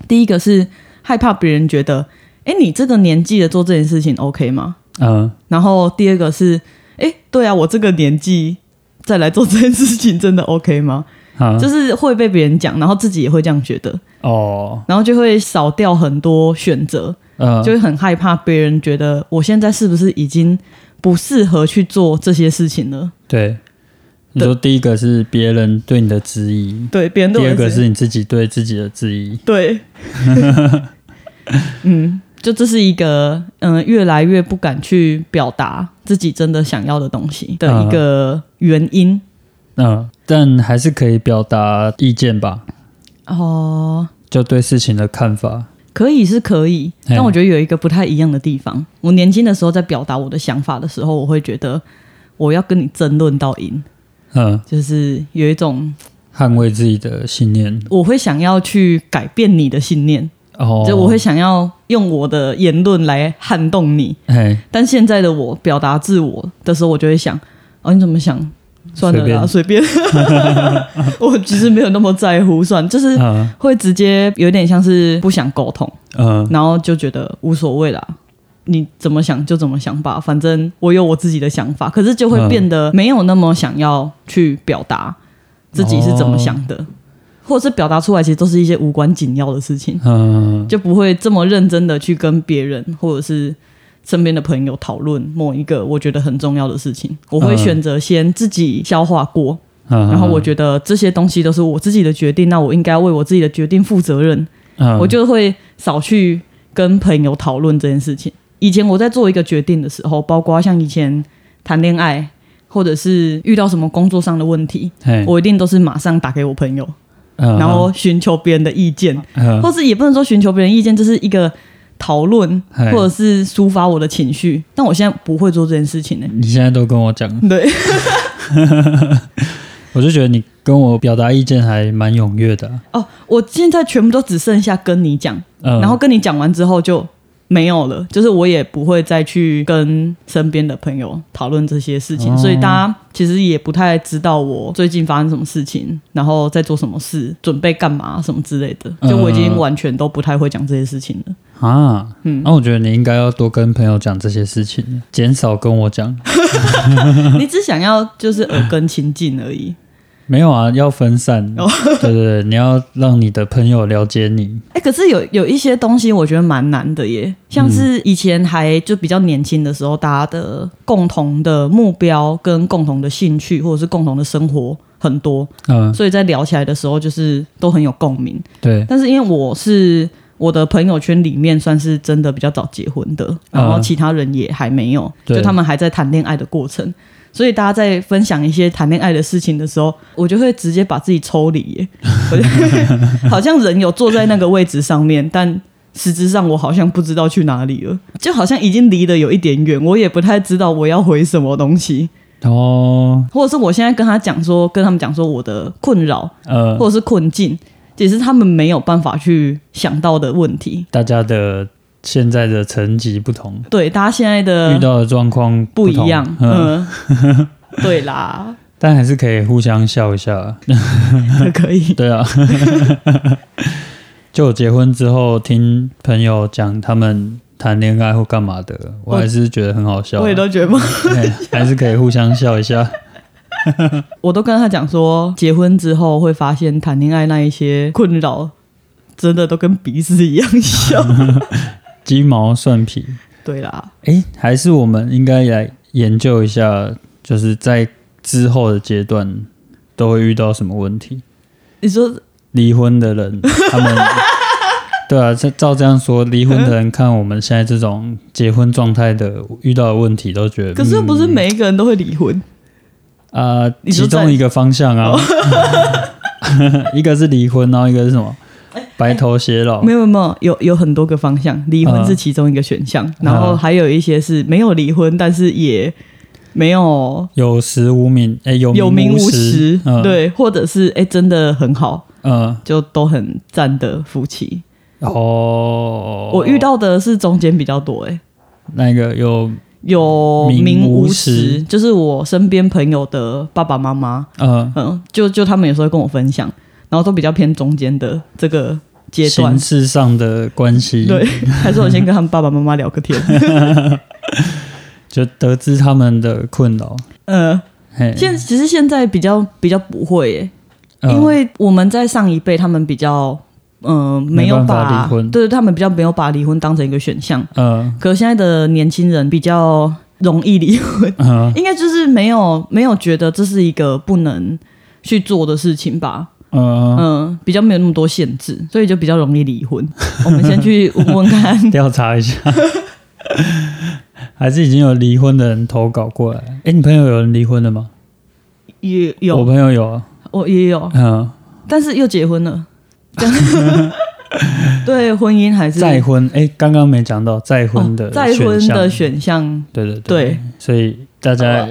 Speaker 2: 第一个是害怕别人觉得，哎，你这个年纪的做这件事情 OK 吗？
Speaker 1: 嗯，
Speaker 2: 然后第二个是，哎，对啊，我这个年纪再来做这件事情真的 OK 吗？
Speaker 1: 啊，
Speaker 2: 就是会被别人讲，然后自己也会这样觉得，
Speaker 1: 哦，
Speaker 2: 然后就会少掉很多选择，
Speaker 1: 嗯，
Speaker 2: 就会很害怕别人觉得我现在是不是已经不适合去做这些事情了？
Speaker 1: 对。你说第一个是别人对你的质疑，
Speaker 2: 对，别人对
Speaker 1: 第
Speaker 2: 我
Speaker 1: 二
Speaker 2: 的
Speaker 1: 个
Speaker 2: 指
Speaker 1: 是你自己对自己的质疑。
Speaker 2: 对， 嗯，就这是一个嗯、越来越不敢去表达自己真的想要的东西的一个原因。
Speaker 1: 嗯，但还是可以表达意见吧，
Speaker 2: 哦，
Speaker 1: 就对事情的看法。
Speaker 2: 可以是可以，
Speaker 1: 嗯
Speaker 2: 但我觉得有一个不太一样的地方。我年轻的时候在表达我的想法的时候，我会觉得我要跟你争论到赢，
Speaker 1: 嗯，
Speaker 2: 就是有一种
Speaker 1: 捍卫自己的信念。
Speaker 2: 我会想要去改变你的信念，
Speaker 1: 哦，
Speaker 2: 就我会，想要用我的言论来撼动你。
Speaker 1: 哎，
Speaker 2: 但现在的我表达自我的时候，我就会想，哦，你怎么想？算了啦，随便。 我其实没有那么在乎，算就是
Speaker 1: 嗯
Speaker 2: 会直接有点像是不想沟通，
Speaker 1: 嗯，
Speaker 2: 然后就觉得无所谓啦。你怎么想就怎么想吧，反正我有我自己的想法，可是就嗯哦会变得没有那么想要去表达自己是怎么想的。或者是表达出来，其实都是一些无关紧要的事情，
Speaker 1: 嗯，
Speaker 2: 就不会这么认真的去跟别人或者是身边的朋友讨论某一个我觉得很重要的事情。我会
Speaker 1: 嗯
Speaker 2: 选择先自己消化过，
Speaker 1: 然
Speaker 2: 然后我觉得这些东西都是我自己的决定，那我应该为我自己的决定负责任。
Speaker 1: 得
Speaker 2: 我就会少去跟朋友讨论这件事情。以前我在做一个决定的时候，包括像以前谈恋爱，或者是遇到什么工作上的问题，
Speaker 1: 嗯
Speaker 2: 我一定都是马上打给我朋友，然
Speaker 1: 然
Speaker 2: 后寻求别人的意见，
Speaker 1: 呃嗯
Speaker 2: 或是也不能说寻求别人意见，这是一个讨论
Speaker 1: 嘿
Speaker 2: 或者是抒发我的情绪。但我现在不会做这件事情呢、
Speaker 1: 你现在都跟我讲，
Speaker 2: 对，
Speaker 1: 我就觉得你跟我表达意见还蛮踊跃的啊，
Speaker 2: 哦，我现在全部都只剩下跟你讲，
Speaker 1: 嗯
Speaker 2: 然后跟你讲完之后就没有了，就是我也不会再去跟身边的朋友讨论这些事情，
Speaker 1: 哦
Speaker 2: 所以大家其实也不太知道我最近发生什么事情，然后在做什么事，准备干嘛什么之类的，
Speaker 1: 嗯
Speaker 2: 就我已经完全都不太会讲这些事 情了。
Speaker 1: 啊，嗯，那我觉得你应该要多跟朋友讲这些事情，减少跟我讲。
Speaker 2: 你只想要就是耳根清净而已。
Speaker 1: 没有啊，要分散，
Speaker 2: 哦
Speaker 1: 对对对，你要让你的朋友了解你，
Speaker 2: 哎、可是有有一些东西我觉得蛮难的耶，像是以前还就比较年轻的时候，大家的共同的目标跟共同的兴趣或者是共同的生活很多，
Speaker 1: 嗯，
Speaker 2: 所以在聊起来的时候就是都很有共鸣。
Speaker 1: 对，
Speaker 2: 但是因为我是我的朋友圈里面算是真的比较早结婚的，然后其他人也还没有，
Speaker 1: 对
Speaker 2: 就他们还在谈恋爱的过程。所以大家在分享一些谈恋爱的事情的时候，我就会直接把自己抽离耶，我就 好像人有坐在那个位置上面，但实质上我好像不知道去哪里了，就好像已经离得有一点远，我也不太知道我要回什么东西，
Speaker 1: 哦，
Speaker 2: 或者是我现在跟他讲说，跟他们讲说我的困扰，
Speaker 1: 呃，
Speaker 2: 或者是困境，也是他们没有办法去想到的问题。
Speaker 1: 大家的现在的层级不同，
Speaker 2: 对，大家现在
Speaker 1: 遇
Speaker 2: 的
Speaker 1: 到的状况
Speaker 2: 嗯不一
Speaker 1: 同
Speaker 2: 样，
Speaker 1: 嗯，
Speaker 2: 嗯，对啦，
Speaker 1: 但还是可以互相笑一下，
Speaker 2: 可以，
Speaker 1: 对啊。 就我结婚之后，听朋友讲他们谈恋爱或干嘛的，我
Speaker 2: 我
Speaker 1: 还是觉得很好笑啊、
Speaker 2: 我也都觉得蛮，
Speaker 1: 嘿哎还是可以互相笑一下。
Speaker 2: 我都跟他讲说，结婚之后会发现谈恋爱那一些困扰，真的都跟鼻子一样小。
Speaker 1: 鸡毛蒜皮，
Speaker 2: 对啦，
Speaker 1: 诶，还是我们应该来研究一下，就是在之后的阶段都会遇到什么问题？
Speaker 2: 你说
Speaker 1: 离婚的人，他 们对啊，这照这样说，离婚的人看我们现在这种结婚状态的遇到的问题，都觉得嗯
Speaker 2: 可是又不是每一个人都会离婚，
Speaker 1: 啊、呃
Speaker 2: 你
Speaker 1: 其
Speaker 2: 说在哦
Speaker 1: 中一个方向啊， 一个是离婚，然后一个是什么？白头偕老
Speaker 2: 哎没。有没有有有很多个方向，离婚是其中一个选项，然后还有一些是没有离婚，但是也没有
Speaker 1: 有实无名，哎、有
Speaker 2: 有名
Speaker 1: 无
Speaker 2: 无实，
Speaker 1: 嗯，，
Speaker 2: 对，或者是哎、真的很好，
Speaker 1: 嗯，
Speaker 2: 就都很赞的夫妻。
Speaker 1: 哦，
Speaker 2: 我遇到的是中间比较多、哎，
Speaker 1: 那个有，
Speaker 2: 有
Speaker 1: 名
Speaker 2: 名
Speaker 1: 无
Speaker 2: 无
Speaker 1: 实
Speaker 2: 实，就是我身边朋友的爸爸妈妈，
Speaker 1: 嗯，
Speaker 2: 嗯，就就他们有时候会跟我分享，然后都比较偏中间的这个阶段
Speaker 1: 形。式上的关系，
Speaker 2: 对，，还是我先跟他们爸爸妈妈聊 个天。
Speaker 1: 就得知他们的困扰。
Speaker 2: 呃，
Speaker 1: 嘿，
Speaker 2: 现其实现在比较比较不会耶、
Speaker 1: 嗯
Speaker 2: 因为我们在上一辈，他们比较嗯、呃没有
Speaker 1: 没办法
Speaker 2: 把
Speaker 1: 离婚
Speaker 2: 对他们比较没有把离婚当成一个选项。
Speaker 1: 嗯
Speaker 2: 可现在的年轻人比较容易离婚，
Speaker 1: 嗯
Speaker 2: 应该就是没有没有觉得这是一个不能去做的事情吧？
Speaker 1: 嗯，
Speaker 2: 嗯，比较没有那么多限制，所以就比较容易 离婚。我们先去问问看，
Speaker 1: 调查一下， 还是已经有离婚的人投稿过来。哎、你朋友有人离婚的吗？
Speaker 2: 也
Speaker 1: 我
Speaker 2: 有
Speaker 1: 朋友有啊，
Speaker 2: 我也有，
Speaker 1: 嗯，
Speaker 2: 但是又结婚 了。 对婚姻还是
Speaker 1: 再婚。哎、刚刚没讲到再婚的
Speaker 2: 哦再婚
Speaker 1: 项
Speaker 2: 的选项
Speaker 1: 对对
Speaker 2: 对，哦
Speaker 1: 所以大家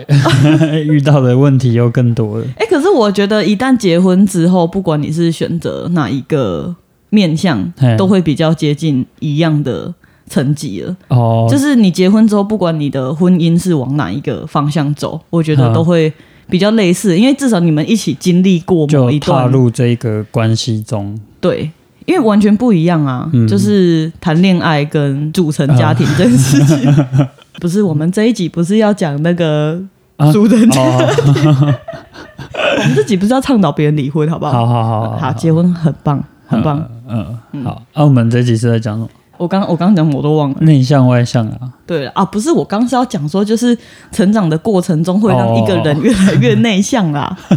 Speaker 1: 遇到的问题又更多了。
Speaker 2: 哎、可是我觉得一旦结婚之后，不管你是选择哪一个面向
Speaker 1: 嘿，
Speaker 2: 都会比较接近一样的层级了。
Speaker 1: 哦，
Speaker 2: 就是你结婚之后，不管你的婚姻是往哪一个方向走，我觉得
Speaker 1: 嗯
Speaker 2: 都会比较类似，因为至少你们一起经历过某一
Speaker 1: 就踏
Speaker 2: 段，
Speaker 1: 入这个关系中，
Speaker 2: 对。因为完全不一样啊，
Speaker 1: 嗯
Speaker 2: 就是谈恋爱跟组成家庭这件事情， 不是我们这一集不是要讲那个
Speaker 1: 啊
Speaker 2: 组成家
Speaker 1: 哦，
Speaker 2: 我们自己不是要倡导别人离婚，好不好？
Speaker 1: 好好好好
Speaker 2: 好，结婚很棒，很棒。
Speaker 1: 嗯，嗯好。澳门这集是在讲什么？
Speaker 2: 我刚我刚讲我都忘了。
Speaker 1: 内向外向啊，
Speaker 2: 对了啊，不是我刚是要讲说，就是成长的过程中会让一个人越来越内向啦。
Speaker 1: 哦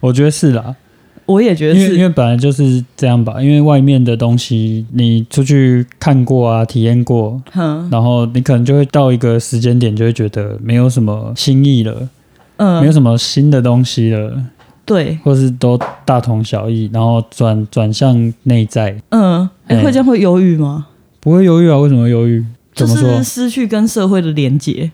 Speaker 1: 我觉得是啦，
Speaker 2: 我也觉
Speaker 1: 因
Speaker 2: 得
Speaker 1: 为因
Speaker 2: 是，
Speaker 1: 为本来就是这样吧，因为外面的东西你出去看过啊，体验过，
Speaker 2: 嗯
Speaker 1: 然后你可能就会到一个时间点，就会觉得没有什么新意了，没有
Speaker 2: 嗯，
Speaker 1: 什么新的东西了，
Speaker 2: 对，
Speaker 1: 或是都大同小异，然后转转向内在，
Speaker 2: 嗯，哎、
Speaker 1: 哎
Speaker 2: 会这样会忧郁吗？
Speaker 1: 不会犹豫啊？为什么忧郁？
Speaker 2: 就
Speaker 1: 怎么说
Speaker 2: 是？失去跟社会的连接，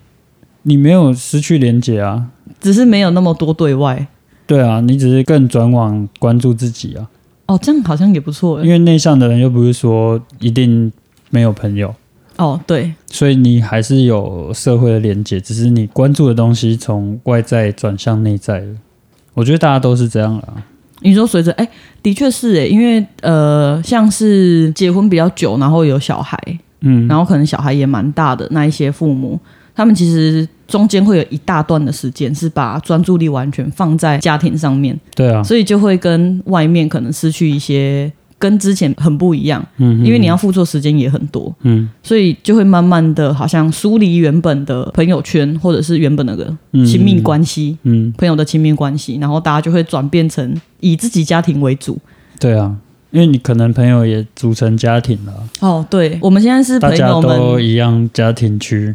Speaker 1: 你没有失去连接啊？
Speaker 2: 只是没有那么多对外。
Speaker 1: 对啊，你只是更转往关注自己啊，
Speaker 2: 哦，这样好像也不错
Speaker 1: 因
Speaker 2: 哎。
Speaker 1: 为内向的人又不是说一定没有朋友。
Speaker 2: 哦，对，
Speaker 1: 所以你还是有社会的连接，只是你关注的东西从外在转向内在了。我觉得大家都是这样啦。
Speaker 2: 你说随着哎，的确是哎，因为呃，像是结婚比较久，然后有小孩，
Speaker 1: 嗯，
Speaker 2: 然后可能小孩也蛮大的那一些父母，他们其实中间会有一大段的时间是把专注力完全放在家庭上面，
Speaker 1: 对啊，
Speaker 2: 所以就会跟外面可能失去一些跟之前很不一样，
Speaker 1: 嗯，
Speaker 2: 因为你要付出的时间也很多，
Speaker 1: 嗯
Speaker 2: 所以就会慢慢的好像疏离原本的朋友圈或者是原本那个亲密关系。
Speaker 1: 嗯，
Speaker 2: 朋友的亲密关系，然后大家就会转变成以自己家庭为主。
Speaker 1: 对啊，因为你可能朋友也组成家庭了，
Speaker 2: 哦，对，我们现在是
Speaker 1: 大
Speaker 2: 朋
Speaker 1: 家
Speaker 2: 友们，哎
Speaker 1: 都一样家庭区，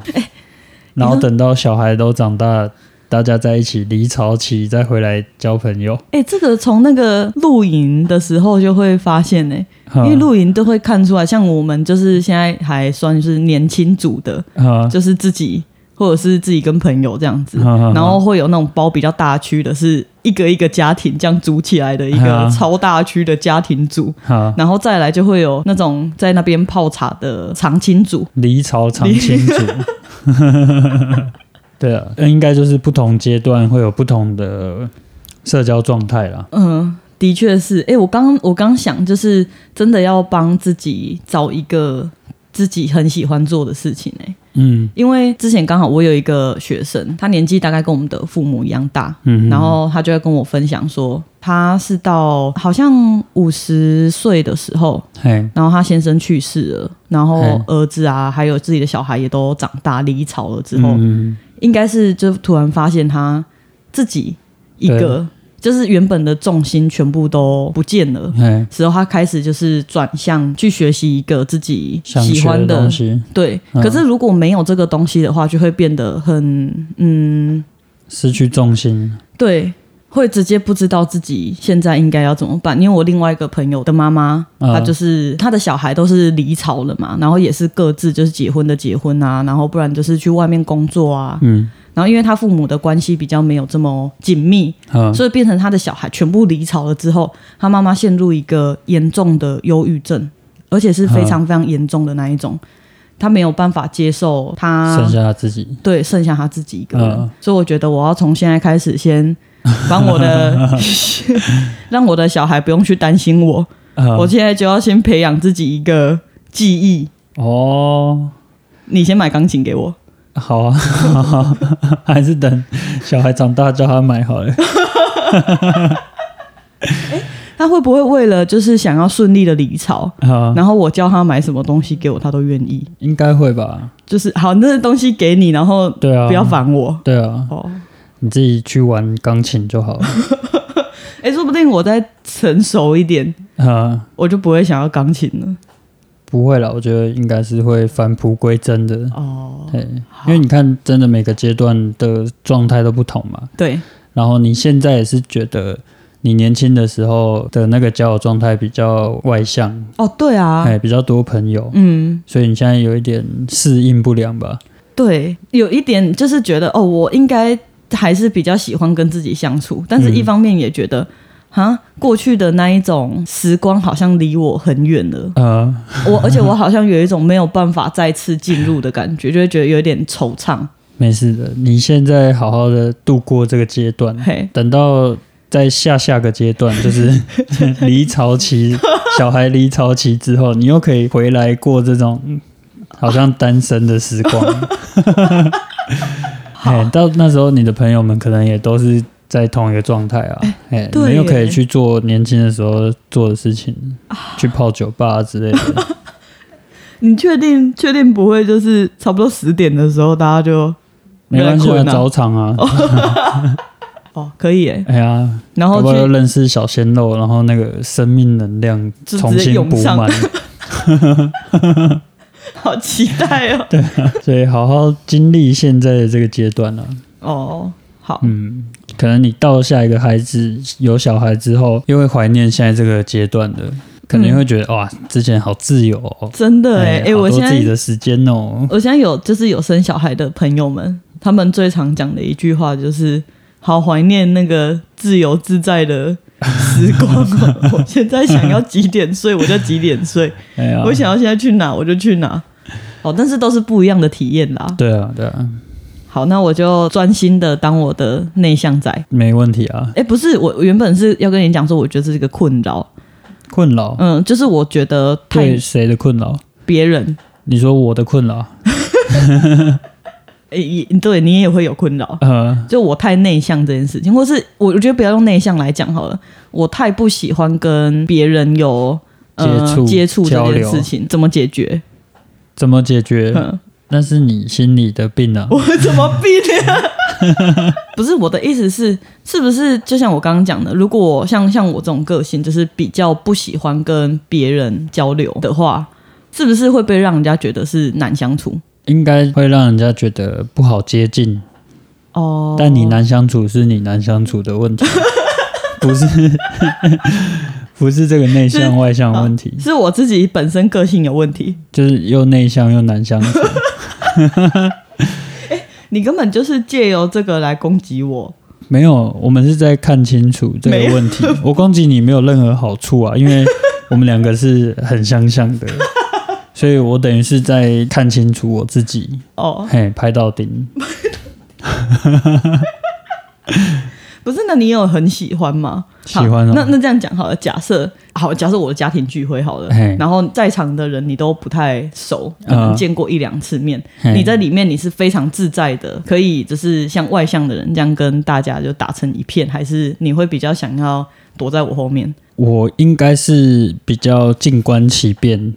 Speaker 1: 然后等到小孩都长大，大家在一起离巢期再回来交朋友，
Speaker 2: 哎、这个从那个露营的时候就会发现呢、
Speaker 1: 嗯
Speaker 2: 因为露营都会看出来，像我们就是现在还算是年轻组的，
Speaker 1: 啊，
Speaker 2: 就是自己或者是自己跟朋友这样子，
Speaker 1: 然
Speaker 2: 然后会有那种包比较大区的，是一个一个家庭这样组起来的一
Speaker 1: 啊
Speaker 2: 个超大区的家庭组，
Speaker 1: 啊
Speaker 2: 然后再来就会有那种在那边泡茶的常青组，
Speaker 1: 离巢常青 组。对啊，那应该就是不同阶段会有不同的社交状态啦。
Speaker 2: 嗯，的确是。哎、我刚我刚想，就是真的要帮自己找一个自己很喜欢做的事情、欸，
Speaker 1: 嗯
Speaker 2: 因为之前刚好我有一个学生，他年纪大概跟我们的父母一样大，
Speaker 1: 嗯，
Speaker 2: 然后他就会跟我分享说，他是到好像五十岁的时候，
Speaker 1: 嘿，
Speaker 2: 然后他先生去世了，然后
Speaker 1: 嗯
Speaker 2: 儿子啊，还有自己的小孩也都长大离巢了之后，
Speaker 1: 嗯
Speaker 2: 应该是就突然发现他自己一个就是原本的重心全部都不见了。
Speaker 1: 嘿，
Speaker 2: 时候他开始就是转向去学习一个自己
Speaker 1: 想
Speaker 2: 喜
Speaker 1: 学
Speaker 2: 欢
Speaker 1: 的
Speaker 2: 的
Speaker 1: 东西
Speaker 2: 对，
Speaker 1: 嗯
Speaker 2: 可是如果没有这个东西的话，就会变得很嗯，
Speaker 1: 失去重心，
Speaker 2: 对，会直接不知道自己现在应该要怎么办。因为我另外一个朋友的妈妈，
Speaker 1: 嗯
Speaker 2: 她就是她的小孩都是离巢了嘛，然后也是各自就是结婚的结婚啊，然后不然就是去外面工作啊，
Speaker 1: 嗯
Speaker 2: 然后因为她父母的关系比较没有这么紧密，
Speaker 1: 啊，
Speaker 2: 所以变成她的小孩全部离巢了之后，她妈妈陷入一个严重的忧郁症，而且是非常非常严重的那一种。她没有办法接受
Speaker 1: 嗯
Speaker 2: 她
Speaker 1: 剩下自己，
Speaker 2: 对，剩下他自己一个人。
Speaker 1: 嗯
Speaker 2: 所以我觉得我要从现在开始，先帮 我的，让我的小孩不用去担心我。
Speaker 1: 啊
Speaker 2: 我现在就要先培养自己一个记忆。
Speaker 1: 哦，
Speaker 2: 你先买钢琴给我，
Speaker 1: 好啊， 还是等小孩长大叫他买好 了。
Speaker 2: 他会不会为了就是想要顺利的离巢，
Speaker 1: 啊，
Speaker 2: 然后我叫他买什么东西给我，他都愿意？
Speaker 1: 应该会吧？
Speaker 2: 就是好，那东西给你，然后
Speaker 1: 对啊，
Speaker 2: 不要，烦我。
Speaker 1: 对啊，
Speaker 2: 哦，
Speaker 1: 你自己去玩钢琴就好了。
Speaker 2: 哎，说不定我再成熟一点，
Speaker 1: 啊。
Speaker 2: 我就不会想要钢琴了。
Speaker 1: 不会啦，我觉得应该是会返璞归真的。
Speaker 2: 哦，
Speaker 1: 对，因为你看，真的每个阶段的状态都不同嘛。
Speaker 2: 对，
Speaker 1: 然后你现在也是觉得你年轻的时候的那个交友状态比较外向，
Speaker 2: 哦，对啊，
Speaker 1: 哎、比较多朋友，
Speaker 2: 嗯，
Speaker 1: 所以你现在有一点适应不良吧？
Speaker 2: 对，有一点就是觉得哦，我应该还是比较喜欢跟自己相处，但是一方面也觉得。啊，过去的那一种时光好像离我很远了，
Speaker 1: 呃，
Speaker 2: 我而且我好像有一种没有办法再次进入的感觉，就会觉得有点惆怅。
Speaker 1: 没事的，你现在好好的度过这个阶段，
Speaker 2: 嘿，
Speaker 1: 等到。在下下个阶段，就是 离巢期，小孩离巢期之后，你又可以回来过这种嗯好像单身的 时光。嘿，到那时候你的朋友们可能也都是在同一个状态啊，哎、
Speaker 2: 对
Speaker 1: 没有可以
Speaker 2: 耶
Speaker 1: 去做年轻的时候做的事情，
Speaker 2: 啊
Speaker 1: 去泡酒吧之类 的。
Speaker 2: 你确定确定不会就是差不多十点的时候大家就
Speaker 1: 没关系
Speaker 2: 没
Speaker 1: 啊，
Speaker 2: 人困啊
Speaker 1: 早场啊，
Speaker 2: 哦可以耶，
Speaker 1: 哎呀，
Speaker 2: 然
Speaker 1: 要
Speaker 2: 后
Speaker 1: 不要
Speaker 2: 去
Speaker 1: 认识小鲜肉，然后那个生命能量
Speaker 2: 就
Speaker 1: 重
Speaker 2: 直接
Speaker 1: 新
Speaker 2: 涌
Speaker 1: 补
Speaker 2: 上
Speaker 1: 满。
Speaker 2: 好期待哦。
Speaker 1: 所以好好经历现在的这个阶段了、啊。
Speaker 2: 哦，好，
Speaker 1: 嗯，可能你到下一个孩子有小孩之后，又会怀念现在这个阶段的，可能会觉得、哇，之前好自由哦，
Speaker 2: 真的嗯哎、哎、
Speaker 1: 好
Speaker 2: 我
Speaker 1: 多
Speaker 2: 现
Speaker 1: 自己
Speaker 2: 在
Speaker 1: 的时间哦，
Speaker 2: 我现在有就是有生小孩的朋友们，他们最常讲的一句话就是。好怀念那个自由自在的时光 哦！我现在想要几点睡我就几点睡，
Speaker 1: 哎呀，
Speaker 2: 我想要现在去哪我就去哪。哦，但是都是不一样的体验啦。
Speaker 1: 对啊，对啊，
Speaker 2: 好，那我就专心的当我的内向仔。
Speaker 1: 没问题啊，
Speaker 2: 哎，不是，我我原本是要跟你讲说，我觉得这是一个困扰。
Speaker 1: 困扰、
Speaker 2: 嗯，就是我觉得太
Speaker 1: 对谁的困扰？
Speaker 2: 别人，
Speaker 1: 你说我的困扰，
Speaker 2: 哎，也对你也会有困扰。
Speaker 1: 呃，
Speaker 2: 就我太内向这件事情，或是我我觉得不要用内向来讲好了，我太不喜欢跟别人有、呃、
Speaker 1: 接触
Speaker 2: 接触这
Speaker 1: 交
Speaker 2: 件
Speaker 1: 流
Speaker 2: 事情，怎么解决？
Speaker 1: 怎么解决？
Speaker 2: 嗯，哦
Speaker 1: 那是你心里的病啊，
Speaker 2: 我怎么避呢？不是我的意思是，是不是就像我刚刚讲的，如果像像我这种个性，就是比较不喜欢跟别人交流的话，是不是会被让人家觉得是难相处？
Speaker 1: 应该会让人家觉得不好接近。
Speaker 2: 哦
Speaker 1: 但你难相处是你难相处的问题，不是 不是这个内向外向的问题，
Speaker 2: 是哦我自己本身个性有问题，
Speaker 1: 就是又内向又难 相处。
Speaker 2: 你根本就是借由这个来攻击我。
Speaker 1: 没有，我们是在看清楚这
Speaker 2: 没
Speaker 1: 个
Speaker 2: 有
Speaker 1: 问题。我攻击你没有任何好处啊，因 为我们两个是很相像的，所以我等于是在看清楚我自己，
Speaker 2: 哦，
Speaker 1: 嘿，拍到顶。
Speaker 2: 不是，那你有很喜欢吗？
Speaker 1: 喜欢
Speaker 2: 好
Speaker 1: 哦
Speaker 2: 那那这样讲好了，假设好，假设我的家庭聚会好了
Speaker 1: 嘿，
Speaker 2: 然后在场的人你都不太熟，
Speaker 1: 嗯
Speaker 2: 可能见过一两次面，
Speaker 1: 嘿
Speaker 2: 你在里面你是非常自在的，可以就是像外向的人这样跟大家就打成一片，还是你会比较想要躲在我后面？
Speaker 1: 我应该是比较静观其变，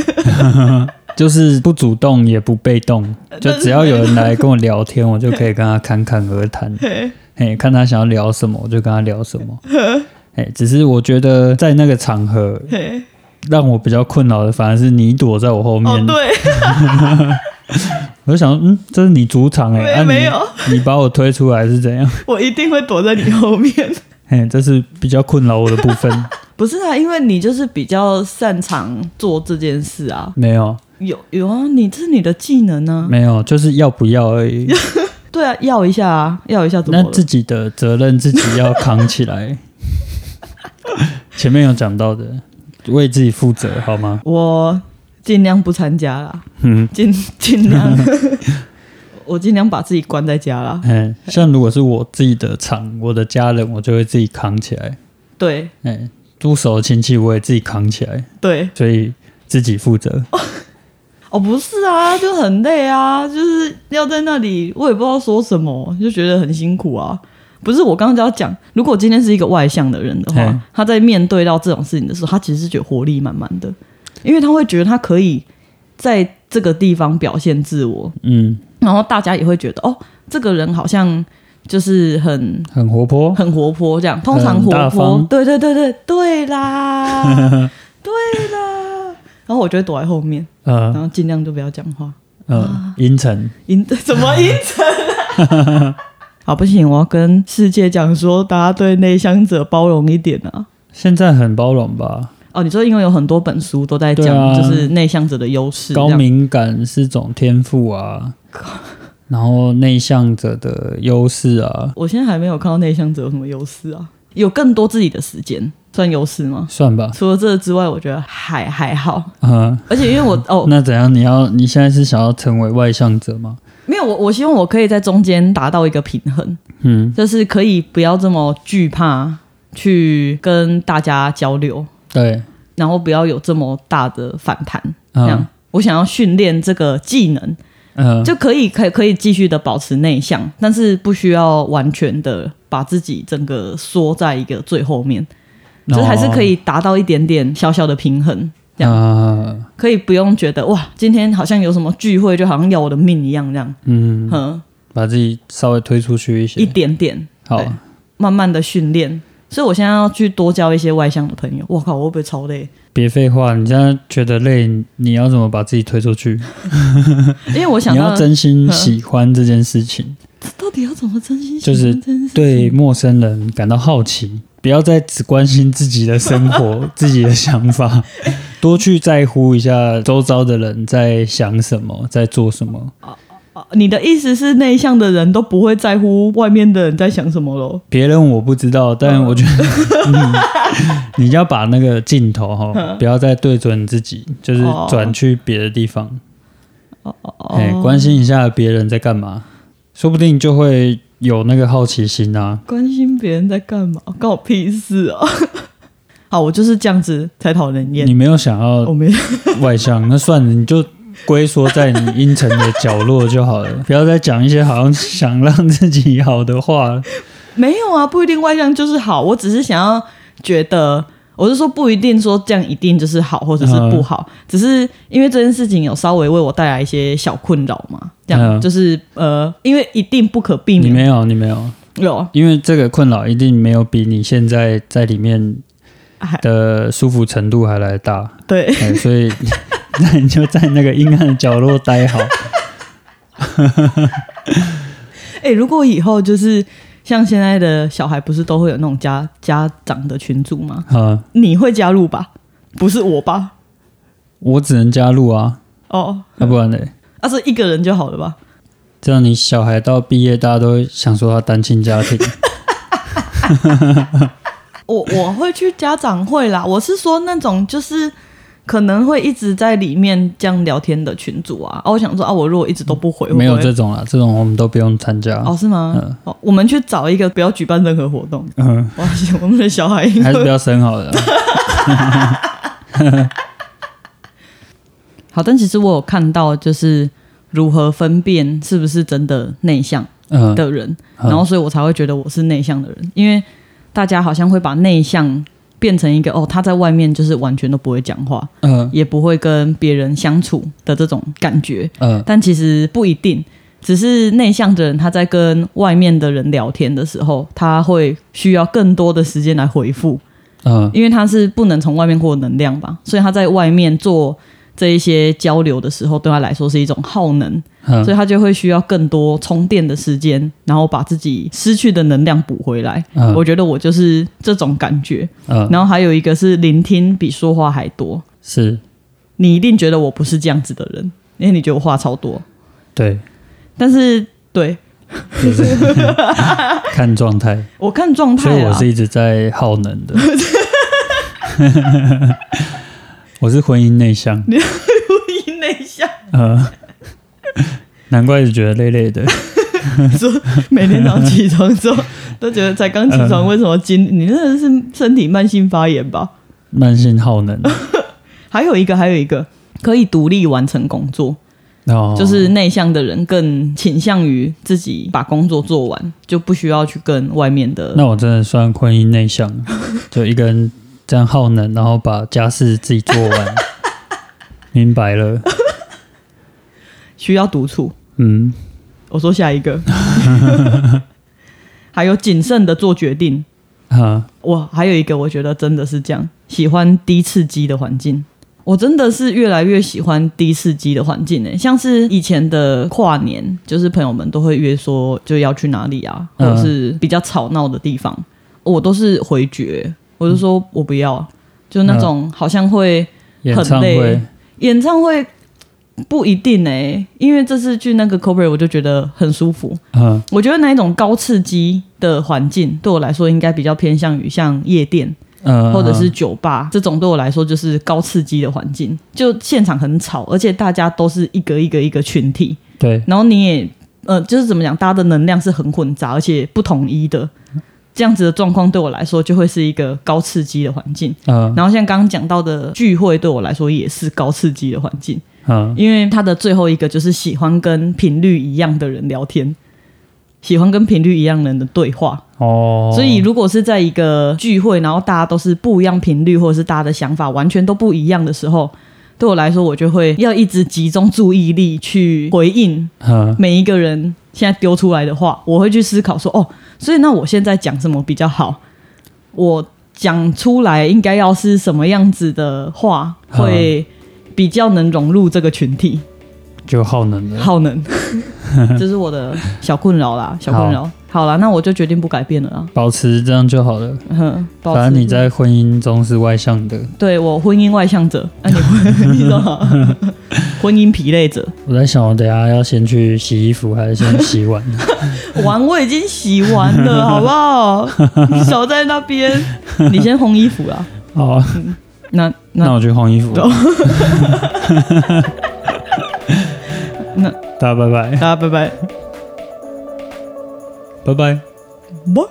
Speaker 1: 就是不主动也不被动，
Speaker 2: 呃
Speaker 1: 就只要有人来跟我聊天，我就可以跟他侃侃而谈，嘿，看他想要聊什么，我就跟他聊什么。哎，只是我觉得在那个场合，
Speaker 2: 嘿
Speaker 1: 让我比较困扰的反而是你躲在我后面
Speaker 2: 哦，，对，
Speaker 1: 我就想说，嗯，这是你主场哎、
Speaker 2: 没
Speaker 1: 啊你
Speaker 2: 没有，
Speaker 1: 你把我推出来是怎样？
Speaker 2: 我一定会躲在你后面。
Speaker 1: 哎，这是比较困扰我的部分，
Speaker 2: 不是啊，因为你就是比较擅长做这件事啊，
Speaker 1: 没有
Speaker 2: 有有啊，你这是你的技能呢、
Speaker 1: 没有，就是要不要而已。
Speaker 2: 啊。对啊，要一下啊，要一下怎么
Speaker 1: 那
Speaker 2: 了？
Speaker 1: 自己的责任自己要扛起 来。前面有讲到的，为自己负责，好吗？
Speaker 2: 我尽量不参加啦，
Speaker 1: 嗯
Speaker 2: 尽尽 量，我尽量把自己关在家啦。
Speaker 1: 嗯，像如果是我自己的厂，我的家人，我就会自己扛起来。
Speaker 2: 对
Speaker 1: 哎，住手的亲戚我也自己扛起来，
Speaker 2: 对，
Speaker 1: 所以自己负责。
Speaker 2: 哦，不是啊，就很累啊，就是要在那里，我也不知道说什么，就觉得很辛苦啊。不是我刚刚就要讲，如果今天是一个外向的人的
Speaker 1: 嘿
Speaker 2: 话，他在面对到这种事情的时候，他其实是觉得活力满满的，因为他会觉得他可以在这个地方表现自我，
Speaker 1: 嗯，
Speaker 2: 然后大家也会觉得哦，这个人好像就是很
Speaker 1: 很活泼。
Speaker 2: 很活泼这样，通常
Speaker 1: 很大
Speaker 2: 活泼
Speaker 1: 方，
Speaker 2: 对对对对对啦， 对啦。然后我就会躲在后面，然
Speaker 1: 呃
Speaker 2: 后尽量就不要讲话。
Speaker 1: 呃，阴沉。
Speaker 2: 阴 怎么阴沉啊？ 好，不行，我要跟世界讲说，大家对内向者包容一点啊。
Speaker 1: 现在很包容吧？
Speaker 2: 哦，你说因为有很多本书都在
Speaker 1: 对
Speaker 2: 讲，
Speaker 1: 啊
Speaker 2: 就是内向者的优势，
Speaker 1: 高
Speaker 2: 这样
Speaker 1: 敏感是种天赋啊，然后内向者的优势啊，
Speaker 2: 我现在还没有看到内向者有什么优势啊，有更多自己的时间算优势吗？
Speaker 1: 算吧。
Speaker 2: 除了这之外，我觉得还还好，
Speaker 1: 嗯、
Speaker 2: 而且因 为我哦，
Speaker 1: 那怎样？你要你现在是想要成为外向者吗？
Speaker 2: 没有我，我希望我可以在中间达到一个平衡，
Speaker 1: 嗯，
Speaker 2: 就是可以不要这么惧怕去跟大家交流，
Speaker 1: 对，
Speaker 2: 然后不要有这么大的反弹。这样
Speaker 1: 嗯，，
Speaker 2: 我想要训练这个技能，
Speaker 1: 嗯，
Speaker 2: 就可以可以可以继续的保持内向，但是不需要完全的把自己整个缩在一个最后面，
Speaker 1: 哦
Speaker 2: 就是还是可以达到一点点小小的平衡，这样、
Speaker 1: 啊，
Speaker 2: 可以不用觉得哇，今天好像有什么聚会，就好像要我的命一样，这样，
Speaker 1: 嗯，
Speaker 2: 嗯，
Speaker 1: 把自己稍微推出去一些，
Speaker 2: 一点点
Speaker 1: 好
Speaker 2: 对慢慢的训练。所以我现在要去多交一些外向的朋友。我靠，我会不会超累？
Speaker 1: 别废话，你现在觉得累，你要怎么把自己推出去？
Speaker 2: 因为我想
Speaker 1: 你
Speaker 2: 到
Speaker 1: 要真心喜欢这件事情，
Speaker 2: 到底要怎么真心喜
Speaker 1: 就是
Speaker 2: 欢真
Speaker 1: 对陌生人感到好奇，不要再只关心自己的生 活、自己的想法，多去在乎一下周遭的人在想什么、在做什么。
Speaker 2: 啊你的意思是内向的人都不会在乎外面的人在想什么喽？
Speaker 1: 别人我不知道，
Speaker 2: 嗯
Speaker 1: 但我觉得、 嗯你你要把那个镜头哈、不要再对准自己，就是
Speaker 2: 嗯哦
Speaker 1: 转去别的地方，
Speaker 2: 哦哦
Speaker 1: 哎、
Speaker 2: 哦，
Speaker 1: 关心一下别人在干嘛，说不定就会有那个好奇心啊。
Speaker 2: 关心别人在干嘛，关我屁事啊！ 好，我就是这样子才讨人厌
Speaker 1: 你。没有想
Speaker 2: 我
Speaker 1: 要
Speaker 2: 没有，
Speaker 1: 外向，那算了，你就龟缩在你阴沉的角落就好 了，不要再讲一些好像想让自己好的话了。
Speaker 2: 没有啊，不一定外向就是好，我只是想要觉得，我是说不一定说这样一定就是好或者是
Speaker 1: 嗯
Speaker 2: 不好，只是因为这件事情有稍微为我带来一些小困扰嘛，这样、
Speaker 1: 嗯
Speaker 2: 就是呃，因为一定不可避
Speaker 1: 你
Speaker 2: 免
Speaker 1: 没有，你没有，
Speaker 2: 有啊
Speaker 1: 因为这个困扰一定没有比你现在在里面
Speaker 2: 还
Speaker 1: 的舒服程度还来得大。
Speaker 2: 对，
Speaker 1: 哎，所以 那你就在那个阴暗的角落待好。
Speaker 2: 哎、如果以后就是像现在的小孩，不是都会有那种家家长的群组吗？
Speaker 1: 啊！
Speaker 2: 你会加入吧？不是我吧？
Speaker 1: 我只能加入啊，
Speaker 2: 哦，
Speaker 1: 要、不然呢？
Speaker 2: 那、是一个人就好了吧？
Speaker 1: 这样你小孩到毕业，大家都会想说他单亲家庭。
Speaker 2: 我我会去家长会啦，我是说那种就是可能会一直在里面这样聊天的群组啊。啊我想说啊，我如果一直都 不回，
Speaker 1: 没有
Speaker 2: 会不会
Speaker 1: 这种啦，这种我们都不用参加。
Speaker 2: 哦，是吗？
Speaker 1: 嗯
Speaker 2: 哦，我们去找一个不要举办任何活动。
Speaker 1: 嗯，
Speaker 2: 哇，我们的小孩应
Speaker 1: 还
Speaker 2: 该
Speaker 1: 是不要生好了。
Speaker 2: 好，但其实我有看到就是如何分辨是不是真的内向
Speaker 1: 嗯，
Speaker 2: 的人，
Speaker 1: 嗯
Speaker 2: 然后所以我才会觉得我是内向的人，因为大家好像会把内向变成一个哦，他在外面就是完全都不会讲话，
Speaker 1: 嗯
Speaker 2: 也不会跟别人相处的这种感觉，
Speaker 1: 嗯
Speaker 2: 但其实不一定。只是内向的人，他在跟外面的人聊天的时候，他会需要更多的时间来回复，
Speaker 1: 嗯
Speaker 2: 因为他是不能从外面获得能量吧，所以他在外面做这一些交流的时候，对他来说是一种耗能，所
Speaker 1: 嗯
Speaker 2: 以他就会需要更多充电的时间，然后把自己失去的能量补回来。
Speaker 1: 嗯
Speaker 2: 我觉得我就是这种感觉。
Speaker 1: 嗯，
Speaker 2: 然后还有一个是聆听比说话还多，
Speaker 1: 是
Speaker 2: 你一定觉得我不是这样子的人，因为你觉得我话超多，
Speaker 1: 对，
Speaker 2: 但是对
Speaker 1: 就是看状态。
Speaker 2: 我看状
Speaker 1: 所
Speaker 2: 态
Speaker 1: 以我
Speaker 2: 啊
Speaker 1: 是，一直在耗能的。 我是婚姻内 向，
Speaker 2: 故意内向，
Speaker 1: 呃，难怪是觉得累 累的。
Speaker 2: 每天早上起床之后都觉得才刚起床，为什么 今你那个是身体慢性发炎吧？
Speaker 1: 慢性耗能，
Speaker 2: 还有一个，还有一个可以独立完成工作，
Speaker 1: 哦，
Speaker 2: 就是内向的人更倾向于自己把工作做完，就不需要去跟外面的。
Speaker 1: 那我真的算婚姻内向，就一个人这样耗能，然后把家事自己做 完，明白了。
Speaker 2: 需要独处。
Speaker 1: 嗯，
Speaker 2: 我说下一 个，还有谨慎的做决定。
Speaker 1: 啊，
Speaker 2: 我还有一个，我觉得真的是这样，喜欢低刺激的环境。我真的是越来越喜欢低刺激的环境诶、欸像是以前的跨年，就是朋友们都会约说就要去哪里啊，或
Speaker 1: 嗯
Speaker 2: 者是比较吵闹的地方，我都是回绝，我就说我不要，就那种好像会
Speaker 1: 演唱
Speaker 2: 很
Speaker 1: 会
Speaker 2: 累，演唱会不一定诶、因为这次去那个 c o b r a 我就觉得很舒服，
Speaker 1: 嗯
Speaker 2: 我觉得那一种高刺激的环境对我来说应该比较偏向于像夜店。
Speaker 1: 嗯，
Speaker 2: 或者是酒吧这种对我来说就是高刺激的环境，就现场很吵，而且大家都是一个一个一个群体，
Speaker 1: 对，
Speaker 2: 然后你也呃就是怎么讲，大家的能量是很混杂，而且不统一的。这样子的状况对我来说就会是一个高刺激的环境，
Speaker 1: 嗯
Speaker 2: 然后像刚刚讲到的聚会对我来说也是高刺激的环境，
Speaker 1: 嗯，
Speaker 2: 因为他的最后一个就是喜欢跟频率一样的人聊天，喜欢跟频率一样人的对话。
Speaker 1: 哦，
Speaker 2: 所以啊如果是在一个聚会，然后大家都是不一样频率，或者是大家的想法完全都不一样的时候，对我来说，我就会要一直集中注意力去回应
Speaker 1: 嗯
Speaker 2: 每一个人现在丢出来的话，我会去思考说，哦，所以那我现在讲什么比较好？我讲出来应该要是什么样子的话，
Speaker 1: 嗯
Speaker 2: 会比较能融入这个群体？
Speaker 1: 就耗能了。
Speaker 2: 耗能，这是我的小困扰啦，小困扰。好啦，那我就决定不改变了啦。
Speaker 1: 保持这样就好了，
Speaker 2: 嗯，保持
Speaker 1: 反正你在婚姻中是外向的，
Speaker 2: 对我婚姻外向者，啊，你婚 你知道吗？婚姻疲累者，
Speaker 1: 我在想，我等一下要先去洗衣服，还是先洗碗？
Speaker 2: 碗我已经洗完了，好不 好？你少在那边，你先烘衣服啦。
Speaker 1: 好啊，
Speaker 2: 那
Speaker 1: 那
Speaker 2: 那
Speaker 1: 我去换衣服。
Speaker 2: 那
Speaker 1: 大家拜拜，
Speaker 2: 大家拜拜，
Speaker 1: 拜拜。
Speaker 2: 拜。